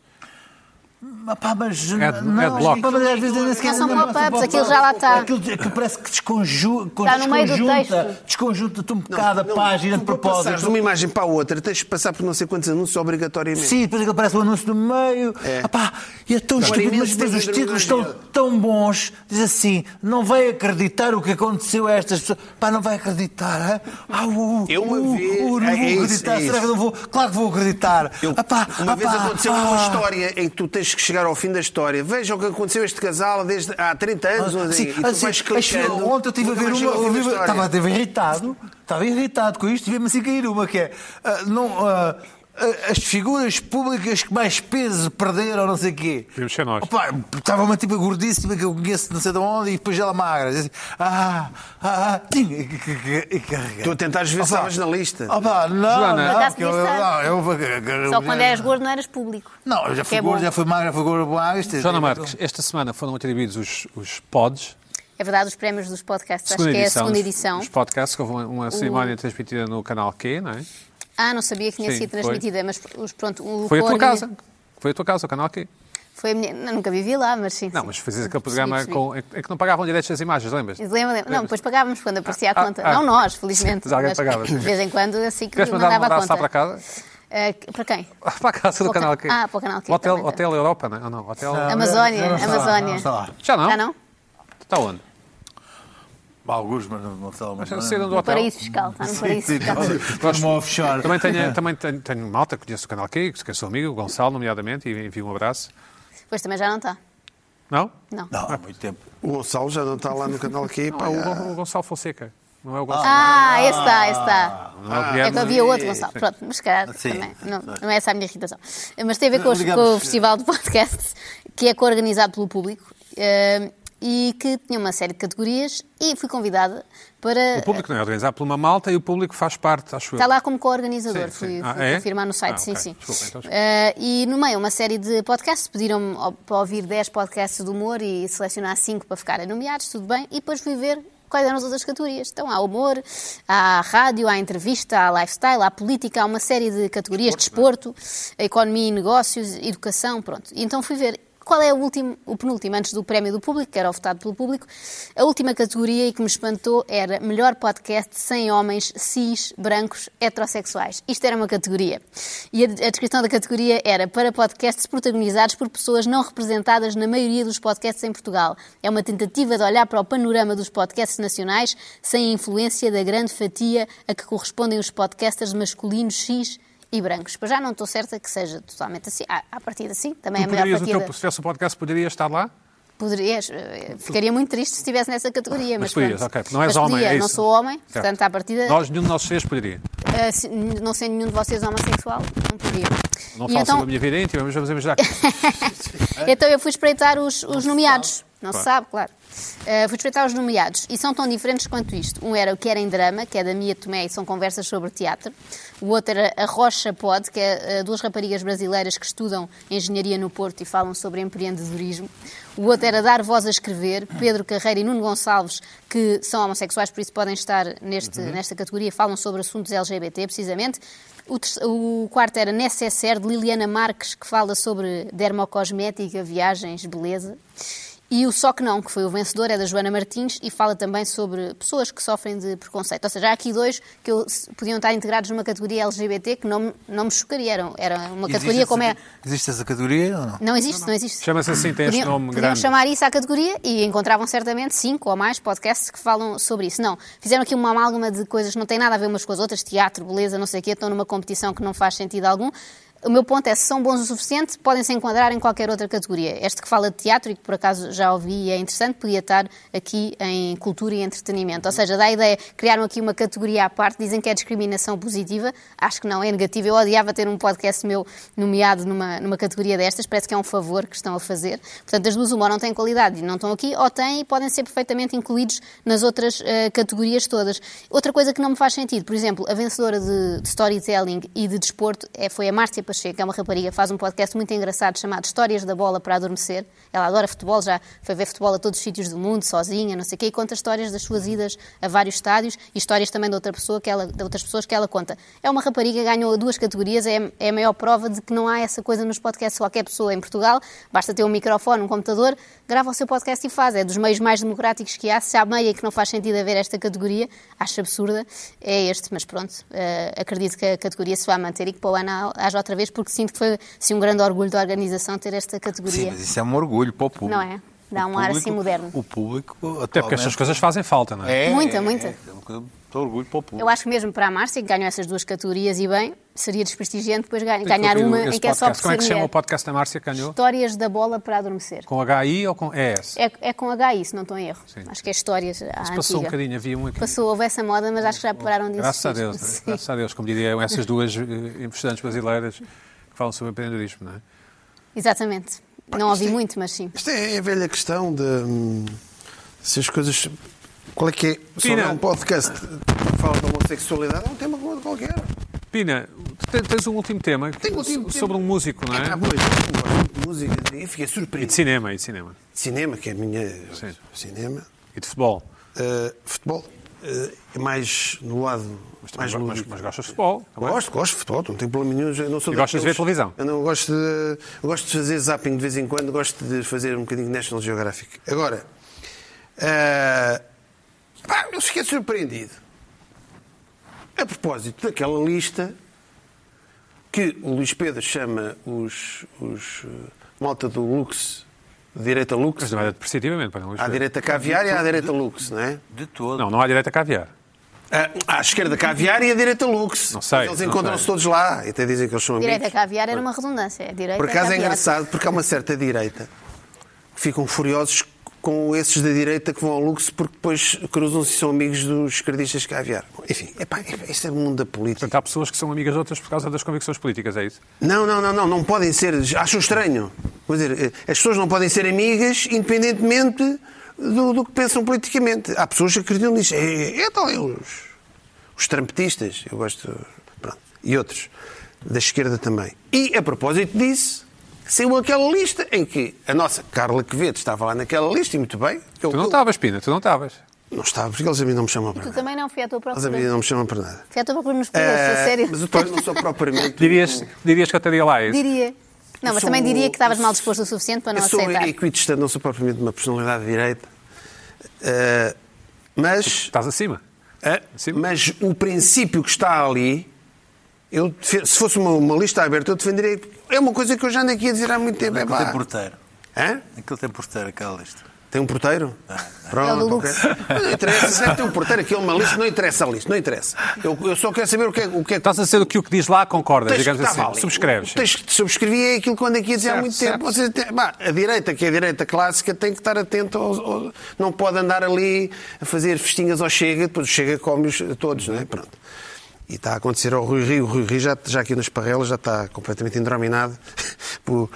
Speaker 3: Ah, pá, mas
Speaker 1: Ad-
Speaker 3: não,
Speaker 1: adblock.
Speaker 3: pá, mas às vezes ainda sequer
Speaker 4: Não são
Speaker 3: lembram,
Speaker 4: pop-ups,
Speaker 3: são
Speaker 4: aquilo já lá está.
Speaker 3: Aquilo, aquilo parece que desconju,
Speaker 4: Está no meio do
Speaker 3: desconjunta,
Speaker 4: texto.
Speaker 3: desconjunta-te um bocado a página de
Speaker 2: tu para passares de
Speaker 3: propósito.
Speaker 2: uma imagem para a outra, tens de passar por não sei quantos anúncios obrigatoriamente.
Speaker 3: Sim, depois aquilo aparece um anúncio no meio.
Speaker 2: É.
Speaker 3: Ah, pá, e é tão estúpido, mas
Speaker 2: imenso
Speaker 3: depois os
Speaker 2: tempo de
Speaker 3: títulos
Speaker 2: drogado.
Speaker 3: estão tão bons. Diz assim: não vai acreditar o que aconteceu a estas pessoas. Pá, não vai acreditar. hã? Ah, uh,
Speaker 2: Eu uma
Speaker 3: uh,
Speaker 2: vez-
Speaker 3: uh,
Speaker 2: é-
Speaker 3: não vou
Speaker 2: é isso,
Speaker 3: acreditar.
Speaker 2: é
Speaker 3: Será que
Speaker 2: isso.
Speaker 3: não vou? Claro que vou acreditar.
Speaker 2: Eu-
Speaker 3: ah, pá,
Speaker 2: uma
Speaker 3: ah,
Speaker 2: vez
Speaker 3: pá,
Speaker 2: aconteceu
Speaker 3: ah.
Speaker 2: uma história em que tu tens que chegar ao fim da história. Veja o que aconteceu a este casal desde há 30 anos. ou assim,
Speaker 3: Sim,
Speaker 2: e tu
Speaker 3: assim,
Speaker 2: vais
Speaker 3: acho que
Speaker 2: clicando,
Speaker 3: ontem eu estive a
Speaker 2: nunca
Speaker 3: ver
Speaker 2: mais
Speaker 3: uma.
Speaker 2: chega ao fim da
Speaker 3: eu vi-
Speaker 2: história.
Speaker 3: Estava estava irritado, estava irritado com isto, e mesmo assim cair uma que é. ah, não, ah, ah, as figuras públicas que mais peso perderam, não sei o quê.
Speaker 1: Devíamos ser nós.
Speaker 3: Opa, estava uma tipa gordíssima que eu conheço não sei de onde e depois ela magra. Diz Assim, ah, ah, ah, tinha. E, e, e carrega.
Speaker 2: Tu a tentares ver se
Speaker 3: Opa.
Speaker 2: estavas na lista.
Speaker 3: Opa, não,
Speaker 1: Joana.
Speaker 3: não,
Speaker 4: Por acaso
Speaker 3: porque eu,
Speaker 4: devia estar.
Speaker 3: não, eu, vou-
Speaker 4: Só quando eras gordo não eras público.
Speaker 3: Não, eu já
Speaker 4: Que
Speaker 3: fui
Speaker 4: é
Speaker 3: gordo,
Speaker 4: bom.
Speaker 3: já fui magra, já fui gordo, magra. isto é-
Speaker 1: Joana Marques, esta semana foram atribuídos os, os pods,
Speaker 4: É verdade, os prémios dos podcasts, acho
Speaker 1: segunda
Speaker 4: que é a
Speaker 1: edição.
Speaker 4: segunda
Speaker 1: dos-
Speaker 4: edição.
Speaker 1: Dos podcasts, que houve uma, uma cerimónia transmitida no canal Q, não é?
Speaker 4: Ah, não sabia que tinha
Speaker 1: Sim,
Speaker 4: sido
Speaker 1: foi.
Speaker 4: transmitida, mas os- pronto, o né?
Speaker 1: Foi a tua
Speaker 4: Corno-
Speaker 1: casa. Foi a tua casa, o canal Q.
Speaker 4: Foi a minha. Não, nunca vivi lá, mas sim.
Speaker 1: Não,
Speaker 4: sim.
Speaker 1: mas fazias aquele
Speaker 4: Percebi,
Speaker 1: programa
Speaker 4: percebi.
Speaker 1: com, em que- em que não pagavam direitos das imagens, lembras?
Speaker 4: Lembro, lembro. Não, depois pagávamos quando aparecia a
Speaker 1: Ah,
Speaker 4: conta.
Speaker 1: ah,
Speaker 4: não nós, felizmente.
Speaker 1: Mas alguém
Speaker 4: mas
Speaker 1: pagava, sim.
Speaker 4: De vez em quando, assim que
Speaker 1: Queres mandar um
Speaker 4: mandava a
Speaker 1: abraço lá para
Speaker 4: conta.
Speaker 1: casa?
Speaker 4: Ah, que- para quem?
Speaker 1: Ah, Para a casa do
Speaker 4: Para o
Speaker 1: canal
Speaker 4: ca-
Speaker 1: Q.
Speaker 4: Ah, para o canal Q
Speaker 1: Hotel,
Speaker 4: também,
Speaker 1: hotel Europa, não é? Ou não? Hotel...
Speaker 3: Não,
Speaker 4: Amazónia,
Speaker 3: já não está lá,
Speaker 4: Amazónia.
Speaker 3: já não está lá.
Speaker 1: Já Ah, não?
Speaker 4: Já não?
Speaker 1: Está onde?
Speaker 3: Alguns, mas não não é. sei lá.
Speaker 1: Já saíram do hotel.
Speaker 4: Paraíso fiscal. Está no paraíso fiscal.
Speaker 1: Gosto-
Speaker 3: Gosto offshore. É.
Speaker 1: Também tenho, também tenho, tenho malta, que conheço o canal Q, que sou amigo, o Gonçalo, nomeadamente, e envio um abraço.
Speaker 4: Pois também já não está.
Speaker 1: Não?
Speaker 4: Não.
Speaker 3: Não, há muito tempo.
Speaker 2: O Gonçalo já não está lá no canal aqui. pá,
Speaker 1: Ah, o,
Speaker 2: o-
Speaker 1: Gon- o Gonçalo Fonseca. Não é o Gonçalo.
Speaker 4: Ah, esse está, esse está.
Speaker 1: não é o
Speaker 4: É
Speaker 1: Guilherme.
Speaker 4: que havia outro, Gonçalo.
Speaker 1: Sim.
Speaker 4: Pronto, mas se calhar
Speaker 3: Sim.
Speaker 4: também. Não, não é essa a minha irritação. Mas tem a ver com, os-
Speaker 3: Digamos-
Speaker 4: com o Festival de Podcasts, que é co-organizado pelo público eh, e que tinha uma série de categorias e fui convidada para.
Speaker 1: O público não é organizado por uma malta e o público faz parte, acho
Speaker 4: Está
Speaker 1: eu.
Speaker 4: Tá lá como co-organizador,
Speaker 1: Sim,
Speaker 4: fui,
Speaker 1: sim. Ah,
Speaker 4: fui
Speaker 1: é?
Speaker 4: confirmar no site,
Speaker 1: Ah,
Speaker 4: sim,
Speaker 1: ok.
Speaker 4: sim.
Speaker 1: Desculpa, então, desculpa.
Speaker 4: Eh, e no meio, uma série de podcasts, pediram-me ao- para ouvir 10 podcasts de humor e selecionar 5 para ficarem nomeados, tudo bem, e depois fui ver quais eram as outras categorias. Então há humor, há rádio, há entrevista, há lifestyle, há política, há uma série de categorias,
Speaker 1: é?
Speaker 4: desporto, economia e negócios, educação, pronto. E então fui ver qual é o último, o penúltimo, antes do prémio do público, que era o votado pelo público, a última categoria e que me espantou era melhor podcast sem homens cis, brancos, heterossexuais. Isto era uma categoria. E a, a descrição da categoria era para podcasts protagonizados por pessoas não representadas na maioria dos podcasts em Portugal. É uma tentativa de olhar para o panorama dos podcasts nacionais sem a influência da grande fatia a que correspondem os podcasters masculinos cis e brancos. Pois já não estou certa que seja totalmente assim. À, à partida, sim. Também é a
Speaker 1: Tu
Speaker 4: melhor
Speaker 1: poderias, o
Speaker 4: partida.
Speaker 1: teu, se tivesse um podcast, poderias estar lá?
Speaker 4: Poderias, eh, ficaria muito triste se estivesse nessa categoria,
Speaker 1: Mas
Speaker 4: mas,
Speaker 1: podias,
Speaker 4: pronto.
Speaker 1: ok. Não és
Speaker 4: Mas
Speaker 1: homem,
Speaker 4: podia,
Speaker 1: é
Speaker 4: não
Speaker 1: isso.
Speaker 4: sou homem,
Speaker 1: Certo.
Speaker 4: portanto, à partida,
Speaker 1: Nós, nenhum de nós três poderia.
Speaker 4: eh, se- não sendo nenhum de vocês homossexual, não podia.
Speaker 1: Não
Speaker 4: e
Speaker 1: falo
Speaker 4: então,
Speaker 1: sobre a minha vida íntima, mas vamos imaginar.
Speaker 4: então eu fui espreitar os, os nomeados. É? Não se
Speaker 1: Claro.
Speaker 4: sabe, claro. Uh, vou espreitar os nomeados. E são tão diferentes quanto isto. Um era o Querem Drama, que é da Mia Tomé e são conversas sobre teatro. O outro era a Rocha Pod, que é uh, duas raparigas brasileiras que estudam engenharia no Porto e falam sobre empreendedorismo. O outro era Dar Voz a Escrever, Pedro Carreira e Nuno Gonçalves, que são homossexuais, por isso podem estar neste, nesta categoria, falam sobre assuntos LGBT, precisamente. O, terce- o quarto era Necessaire, de Liliana Marques, que fala sobre dermocosmética, viagens, beleza. E o Só Que Não, que foi o vencedor, é da Joana Martins e fala também sobre pessoas que sofrem de preconceito. Ou seja, há aqui dois que eu- se- podiam estar integrados numa categoria LGBT que não, me- não me chocaria. Era- Era uma categoria
Speaker 3: Existe
Speaker 4: como é.
Speaker 3: essa- Existe essa categoria ou não?
Speaker 4: Não existe, não, existe.
Speaker 1: Chama-se assim, tem este
Speaker 4: Podiam-
Speaker 1: nome
Speaker 4: podiam
Speaker 1: grande.
Speaker 4: chamar isso à categoria e encontravam certamente cinco ou mais podcasts que falam sobre isso. Não, fizeram aqui uma amálgama de coisas que não têm nada a ver umas com as outras, teatro, beleza, não sei o quê, estão numa competição que não faz sentido algum. O meu ponto é, se são bons o suficiente, podem se enquadrar em qualquer outra categoria. Este que fala de teatro e que por acaso já ouvi e é interessante, podia estar aqui em cultura e entretenimento. Ou seja, dá a ideia, criaram aqui uma categoria à parte, dizem que é discriminação positiva, acho que não, é negativa. Eu odiava ter um podcast meu nomeado numa, numa categoria destas, parece que é um favor que estão a fazer. Portanto, as duas, uma, ou não têm qualidade e não estão aqui, ou têm e podem ser perfeitamente incluídos nas outras eh, categorias todas. Outra coisa que não me faz sentido, por exemplo, a vencedora de, de storytelling e de desporto é, foi a Márcia Pacheco, que é uma rapariga, faz um podcast muito engraçado chamado Histórias da Bola para Adormecer. Ela adora futebol, já foi ver futebol a todos os sítios do mundo, sozinha, não sei o quê, e conta histórias das suas idas a vários estádios e histórias também de, outra pessoa que ela, de outras pessoas que ela conta. É uma rapariga, ganhou duas categorias, é, é a maior prova de que não há essa coisa nos podcasts. Qualquer pessoa em Portugal, basta ter um microfone, um computador, grava o seu podcast e faz. É dos meios mais democráticos que há. Se há meia que não faz sentido haver esta categoria, acho absurda, é este. Mas pronto, eh, acredito que a categoria se vai manter e que para o ano haja outra vez, porque sinto que foi assim, um grande orgulho da organização ter esta
Speaker 3: Sim,
Speaker 4: categoria.
Speaker 3: mas isso é um orgulho para o público.
Speaker 4: Não é? Dá
Speaker 3: O
Speaker 4: um ar
Speaker 3: público-
Speaker 4: assim moderno.
Speaker 3: O público
Speaker 1: Até porque estas coisas fazem falta, não é?
Speaker 4: Muita, muita.
Speaker 3: Estou orgulho para o público.
Speaker 4: Eu acho que mesmo para a Márcia, que ganhou essas duas categorias e bem, seria desprestigiante depois ganha- ganhar
Speaker 1: Tem que ouvir
Speaker 4: uma
Speaker 1: esse
Speaker 4: em que é só por
Speaker 1: podcast. Como é que
Speaker 4: ser
Speaker 1: se chama
Speaker 4: mulher.
Speaker 1: o podcast da Márcia que ganhou?
Speaker 4: Histórias da bola para adormecer.
Speaker 1: Com HI ou com ES?
Speaker 4: É, é com H isso, não estou em erro.
Speaker 1: Sim.
Speaker 4: Acho que é histórias à
Speaker 1: Se
Speaker 4: antiga.
Speaker 1: passou um bocadinho, havia um aqui.
Speaker 4: Passou, houve essa moda, mas acho que já pararam disso.
Speaker 1: Graças a Deus, né? graças a Deus, como diriam essas duas eh, investidantes brasileiras que falam sobre empreendedorismo, não é?
Speaker 4: Exatamente. Não ouvi muito, mas sim.
Speaker 2: Isto é a velha questão de hum, se as coisas. Qual é que é? Se
Speaker 1: Pina.
Speaker 2: houver um podcast que fala de homossexualidade, é um tema como outro qualquer.
Speaker 1: Pina, tu te- tens um último tema que-
Speaker 2: Tenho um último
Speaker 1: so-
Speaker 2: tema.
Speaker 1: sobre um músico, não
Speaker 2: Ah,
Speaker 1: é?
Speaker 2: pois, eu gosto muito de música, eu fiquei
Speaker 1: E de
Speaker 2: surpreendido.
Speaker 1: cinema, e de cinema.
Speaker 2: Cinema, que é a minha.
Speaker 1: Sim.
Speaker 2: Cinema.
Speaker 1: E de futebol.
Speaker 2: Uh, futebol. Uh, é mais no lado. mais
Speaker 1: Mas,
Speaker 2: lúdico.
Speaker 1: mas, mas gostas de futebol? não é?
Speaker 2: Gosto, gosto de futebol, não tenho problema nenhum. Eu não sou
Speaker 1: E gostas de ver
Speaker 2: daqueles-
Speaker 1: televisão?
Speaker 2: Eu não gosto de, eu gosto de fazer zapping de vez em quando, gosto de fazer um bocadinho de National Geographic. Agora, ah, pá, eu fiquei surpreendido. A propósito daquela lista que o Luís Pedro chama os, os eh, malta do Lux, direita
Speaker 1: Mas
Speaker 2: Lux,
Speaker 1: não é depreciativamente, para não
Speaker 2: à
Speaker 1: direita...
Speaker 2: direita caviar e à direita Lux, não é?
Speaker 3: De todo.
Speaker 1: Não, não há direita a caviar.
Speaker 2: Ah, À esquerda caviar e à direita Lux.
Speaker 1: Não sei,
Speaker 2: Eles
Speaker 1: não
Speaker 2: encontram-se
Speaker 1: sei.
Speaker 2: todos lá e até dizem que eles são amigos.
Speaker 4: Direita a caviar era uma redundância. é Direita
Speaker 2: Por acaso é
Speaker 4: caviar.
Speaker 2: engraçado, porque há uma certa direita que ficam furiosos com esses da direita que vão ao luxo porque depois cruzam-se e são amigos dos esquerdistas que há aviar. Enfim, epá, este é o mundo da política.
Speaker 1: Portanto, há pessoas que são amigas de outras por causa das convicções políticas, é isso?
Speaker 2: Não, não, não, não, não podem ser. Acho estranho. Vou dizer, eh, as pessoas não podem ser amigas independentemente do, do que pensam politicamente. Há pessoas que acreditam nisso. É, é tal, é os, os trampetistas, eu gosto. pronto, e outros. Da esquerda também. E a propósito disso, saiu aquela lista em que a nossa Carla Quevedo estava lá naquela lista, e muito bem. Eu,
Speaker 1: Tu não
Speaker 2: eu-
Speaker 1: estavas, Pina, tu não estavas.
Speaker 2: Não estava, porque eles a mim não me chamam para
Speaker 4: Tu
Speaker 2: nada.
Speaker 4: também não fui à tua
Speaker 2: Eles a mim
Speaker 4: procura.
Speaker 2: não me chamam para nada.
Speaker 4: Fui à tua procura nos preços, a
Speaker 2: Eh,
Speaker 4: sério.
Speaker 2: Mas eu também não sou propriamente.
Speaker 1: Dirias, dirias que eu estaria lá, é isso?
Speaker 4: Diria. Não,
Speaker 2: Eu
Speaker 4: mas
Speaker 2: sou-
Speaker 4: também diria que estavas mal disposto o suficiente para não
Speaker 2: eu sou um
Speaker 4: aceitar.
Speaker 2: equidistante, não sou propriamente uma personalidade de direita. Eh, mas,
Speaker 1: Estás acima.
Speaker 2: eh,
Speaker 1: Sim.
Speaker 2: mas o princípio que está ali, eu, defe- se fosse uma, uma lista aberta, eu defenderia. É uma coisa que eu já ando aqui a dizer há muito tempo. É
Speaker 1: um
Speaker 3: Aquilo tem
Speaker 2: pá.
Speaker 3: porteiro.
Speaker 2: Hã?
Speaker 3: Aquilo tem porteiro, aquela lista.
Speaker 2: Tem um porteiro?
Speaker 1: Ah,
Speaker 4: É o do
Speaker 2: Pronto, ok.
Speaker 4: Lux.
Speaker 2: Não interessa, se é que tem um porteiro aqui, é uma lista, não interessa a lista, não interessa. Eu, eu só quero saber o que é, o que, é que
Speaker 1: Estás a dizer que o que diz lá concordas,
Speaker 2: texto
Speaker 1: digamos
Speaker 2: que
Speaker 1: assim.
Speaker 2: estava ali.
Speaker 1: Subscreves.
Speaker 2: O texto que subscrevi é aquilo que eu ando aqui a dizer há
Speaker 1: Certo,
Speaker 2: muito
Speaker 1: certo.
Speaker 2: tempo. Vocês têm- pá, a direita, que é a direita clássica, tem que estar atento. aos- aos- não pode andar ali a fazer festinhas ao Chega, depois o Chega come-os a todos, não é? Pronto. E está a acontecer ao Rui Rio. O Rui Rio já, já aqui nas parrelas já está completamente endrominado por,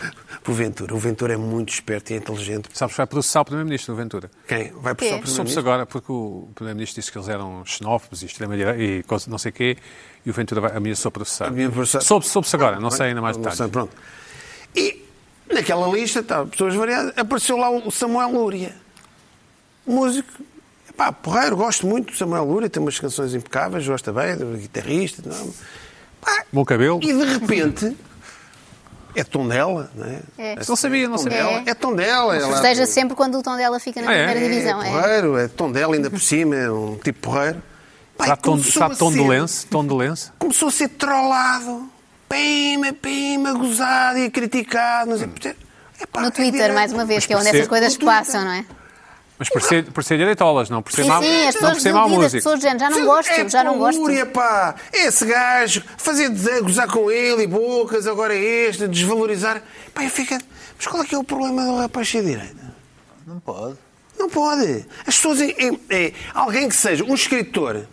Speaker 2: por Ventura. O Ventura é muito esperto e inteligente.
Speaker 1: Sabes, vai processar o Primeiro-Ministro, o Ventura.
Speaker 2: Quem vai
Speaker 4: Quê?
Speaker 2: prestar o
Speaker 1: Soube-se
Speaker 2: primeiro
Speaker 1: agora, porque o Primeiro-Ministro disse que eles eram xenófobos e extrema-direita e coisa- não sei o quê, e o Ventura vai- ameaçou processar.
Speaker 2: Ameaçou processar.
Speaker 1: Soube-se soube-se agora, não sei ainda mais
Speaker 2: Não
Speaker 1: detalhes.
Speaker 2: sei, Pronto. E naquela lista, tá, pessoas variadas, apareceu lá o Samuel Lúria. Músico. Pá, porreiro, gosto muito do Samuel Lúria, tem umas canções impecáveis, gosta bem, do guitarrista. Não. é? Pá,
Speaker 1: Bom cabelo.
Speaker 2: E de repente, é Tondela, não é?
Speaker 4: É.
Speaker 1: Não sabia, não sabia.
Speaker 2: Tondela, é Tondela. É lá-
Speaker 4: Festeja sempre quando o tom dela fica na
Speaker 1: Ah, é?
Speaker 4: primeira divisão.
Speaker 2: é
Speaker 4: é.
Speaker 2: porreiro, é Tondela ainda por cima, é um tipo porreiro. Pá,
Speaker 1: Está
Speaker 2: e começou a
Speaker 1: tom de
Speaker 2: ser-
Speaker 1: lenço, tom de lenço.
Speaker 2: começou a ser trollado, pima, pima, gozado e criticado. Não sei, porquê. Epá,
Speaker 4: No
Speaker 2: é
Speaker 4: Twitter,
Speaker 2: direto.
Speaker 4: mais uma vez, que é onde
Speaker 1: por
Speaker 4: essas
Speaker 1: ser-
Speaker 4: coisas
Speaker 2: No Twitter.
Speaker 4: passam, não é?
Speaker 1: Mas por ser, por ser direitolas, não por ser
Speaker 4: Sim,
Speaker 1: mau-
Speaker 4: sim, as
Speaker 1: não por
Speaker 4: pessoas
Speaker 1: ser mau
Speaker 4: dúvidas, as
Speaker 1: músico.
Speaker 4: pessoas de género, já não
Speaker 2: Sim,
Speaker 4: gosto,
Speaker 2: é
Speaker 4: já não gosto.
Speaker 2: Luria, pá, esse gajo, fazer de- gozar com ele e bocas, agora é este, desvalorizar. Pá, eu fico. Mas qual é que é o problema do rapaz ser direita?
Speaker 3: Não pode.
Speaker 1: É
Speaker 2: Não pode. As pessoas. É, é- alguém que seja um escritor.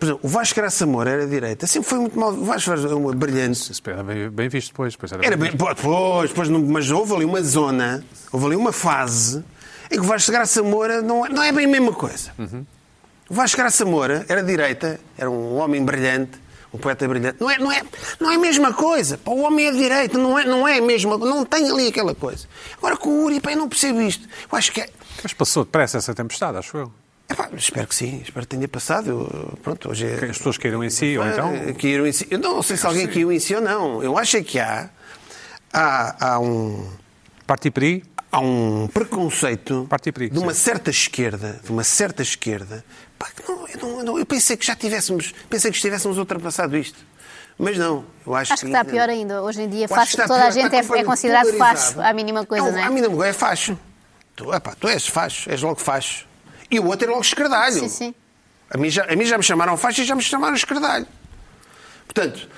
Speaker 2: Por exemplo, o Vasco Graça Moura era direita. Sempre foi muito mal. O Vasco era uma um brilhante.
Speaker 1: Isso era bem, bem visto depois. depois era
Speaker 2: Era
Speaker 1: bem
Speaker 2: bem, pô, pois, pois, não- mas houve ali uma zona, houve ali uma fase em que o Vasco de Graça Moura não é, não é bem a mesma coisa. O Vasco de Graça Moura era direita, era um homem brilhante, um poeta brilhante. Não é, não é, não é a mesma coisa. Pá, o homem é direito, não é, não é a mesma Não tem ali aquela coisa. Agora com o Uri, pá, eu não percebo isto. Eu acho que é.
Speaker 1: Mas passou depressa essa tempestade, acho eu.
Speaker 2: epá, espero que sim, espero que tenha passado. Eu- pronto, hoje
Speaker 1: Que
Speaker 2: é,
Speaker 1: As pessoas queiram em si, ou então.
Speaker 2: ah, caíram em si. Eu não sei se alguém caiu em si ou não. Eu acho é que há. Há, há um.
Speaker 1: Partiperi,
Speaker 2: há um preconceito
Speaker 1: Parti perigo,
Speaker 2: de uma
Speaker 1: sim.
Speaker 2: certa esquerda, de uma certa esquerda. Pá, que não- eu, não- eu não- eu pensei que já tivéssemos, pensei que estivéssemos ultrapassado isto, mas não. Eu acho,
Speaker 4: Acho que está pior ainda. Hoje em
Speaker 2: é.
Speaker 4: dia,
Speaker 2: Eu acho
Speaker 4: facho,
Speaker 2: que está
Speaker 4: toda a
Speaker 2: pior,
Speaker 4: gente
Speaker 2: está
Speaker 4: é, é
Speaker 2: completamente
Speaker 4: considerado
Speaker 2: polarizado.
Speaker 4: facho, à mínima coisa, não
Speaker 2: À
Speaker 4: é?
Speaker 2: mínima coisa é facho. Tu, epá, tu és facho, és logo facho. E o outro é logo escardalho.
Speaker 4: Sim, sim.
Speaker 2: A mim, já, a mim já me chamaram faixa e já me chamaram escardalho. Portanto,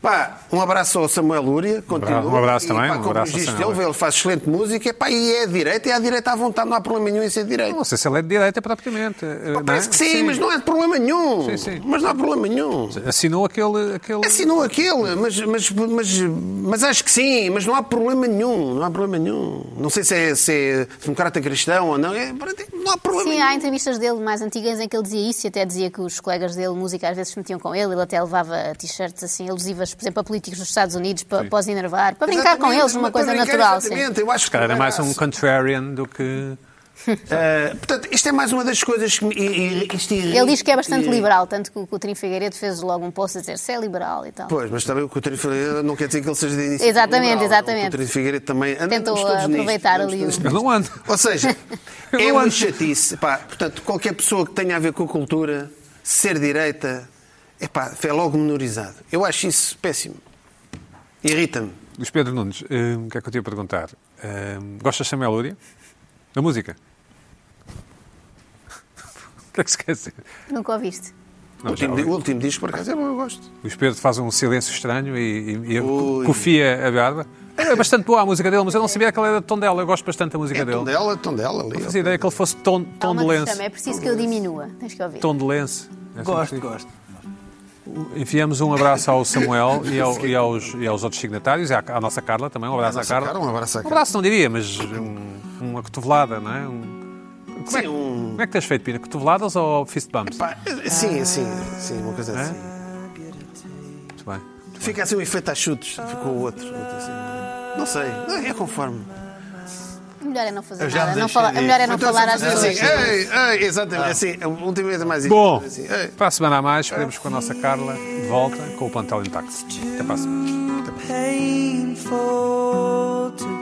Speaker 2: pá, um abraço ao Samuel Lúria. Continua.
Speaker 1: um abraço
Speaker 2: E,
Speaker 1: também,
Speaker 2: Pá,
Speaker 1: um
Speaker 2: como
Speaker 1: abraço ao
Speaker 2: diz
Speaker 1: Samuel
Speaker 2: ele,
Speaker 1: Lúria.
Speaker 2: ele faz excelente música e, pá, e é à direita, é à direita à vontade, não há problema nenhum em ser direita.
Speaker 1: Não sei se ele é de direita é? praticamente.
Speaker 2: Pá, parece que sim, mas não há problema nenhum.
Speaker 1: Sim, sim.
Speaker 2: Mas não há problema nenhum.
Speaker 1: Assinou aquele. aquele...
Speaker 2: Assinou aquele, mas, mas, mas, mas acho que sim, mas não há problema nenhum. Não há problema nenhum. Não sei se é, se é democrata cristão ou não. é, não há problema
Speaker 4: Sim,
Speaker 2: nenhum.
Speaker 4: há entrevistas dele mais antigas em que ele dizia isso e até dizia que os colegas dele, música, às vezes se metiam com ele. Ele até levava t-shirts assim alusivas, por exemplo, a políticos dos Estados Unidos para, para os enervar, para brincar com
Speaker 2: Exatamente,
Speaker 4: eles numa
Speaker 2: para
Speaker 4: coisa
Speaker 2: brincar,
Speaker 4: natural. Sim.
Speaker 2: Exatamente, eu acho que
Speaker 1: Cara, era
Speaker 2: não
Speaker 1: mais um
Speaker 2: assim.
Speaker 1: contrarian do que.
Speaker 2: Uh, portanto, isto é mais uma das coisas que me. e- e- isto irri-
Speaker 4: Ele diz que é bastante
Speaker 2: e-
Speaker 4: liberal, tanto que o Coutinho Figueiredo fez logo um post a dizer se é liberal e tal.
Speaker 2: Pois, mas também o Coutinho Figueiredo não quer dizer que ele seja de início.
Speaker 4: Exatamente,
Speaker 2: liberal.
Speaker 4: exatamente.
Speaker 2: O Coutinho Figueiredo também. Andamos
Speaker 4: Tentou
Speaker 2: todos nisto,
Speaker 4: aproveitar
Speaker 2: andamos
Speaker 4: ali
Speaker 2: todos
Speaker 4: o-
Speaker 1: Eu
Speaker 2: nisto.
Speaker 1: não ando.
Speaker 2: Ou seja,
Speaker 1: Eu
Speaker 2: é
Speaker 1: não
Speaker 2: uma
Speaker 1: ando.
Speaker 2: chatice. Pá, portanto, qualquer pessoa que tenha a ver com cultura, ser direita, epá, é logo menorizado. Eu acho isso péssimo. Irrita-me.
Speaker 1: Luís Pedro Nunes, hum, o que é que eu te ia perguntar? Hum, gostas de Samuel Lúria? Da música? O que é que se quer dizer?
Speaker 4: Nunca ouviste.
Speaker 2: O
Speaker 1: Não, já
Speaker 2: último,
Speaker 1: ouvi.
Speaker 2: di- o último disco, por acaso, é bom, eu gosto.
Speaker 1: Luís Pedro faz um silêncio estranho e, e, e
Speaker 2: Ui.
Speaker 1: cofia a barba. É bastante boa a múmúsica dele, mas eu não sabia que ela era de tom dela. Eu gosto bastante da música
Speaker 2: É
Speaker 1: dele.
Speaker 2: tom dela, tom dela ali.
Speaker 1: Não fazia ideia que ele fosse tom, tom de
Speaker 4: Calma que
Speaker 1: lenço.
Speaker 4: chama, é preciso que eu diminua. Tens que ouvir.
Speaker 1: Tom de lenço. É
Speaker 3: Gosto,
Speaker 1: assim que se
Speaker 3: gosto.
Speaker 1: diz. Enviamos um abraço ao Samuel e, ao- e aos, e aos outros signatários, e à, à nossa Carla também. Um abraço à
Speaker 2: nossa
Speaker 1: Carla.
Speaker 2: Carla, um abraço à Carla.
Speaker 1: não diria, mas um- uma cotovelada, não é? Um- como, é
Speaker 2: Sim, um-
Speaker 1: como é que tens feito, Pina? Cotoveladas ou fist bumps?
Speaker 2: Pá, sim, sim, sim, uma coisa assim.
Speaker 1: Muito bem.
Speaker 2: Fica assim um efeito a chutes, ficou o outro. outro assim. Não sei, não é conforme.
Speaker 4: Melhor é não fazer
Speaker 3: Eu já
Speaker 4: nada. Não
Speaker 3: deixei
Speaker 4: fala-
Speaker 3: disso.
Speaker 4: Melhor é não
Speaker 2: Então,
Speaker 4: falar às
Speaker 2: assim, assim,
Speaker 4: pessoas.
Speaker 2: ei, ei, exatamente, assim, a última vez é mais isso.
Speaker 1: Bom,
Speaker 2: assim, ei.
Speaker 1: para a semana a mais, esperemos com a nossa Carla de volta com o plantel intacto. Até para a semana.
Speaker 7: painful to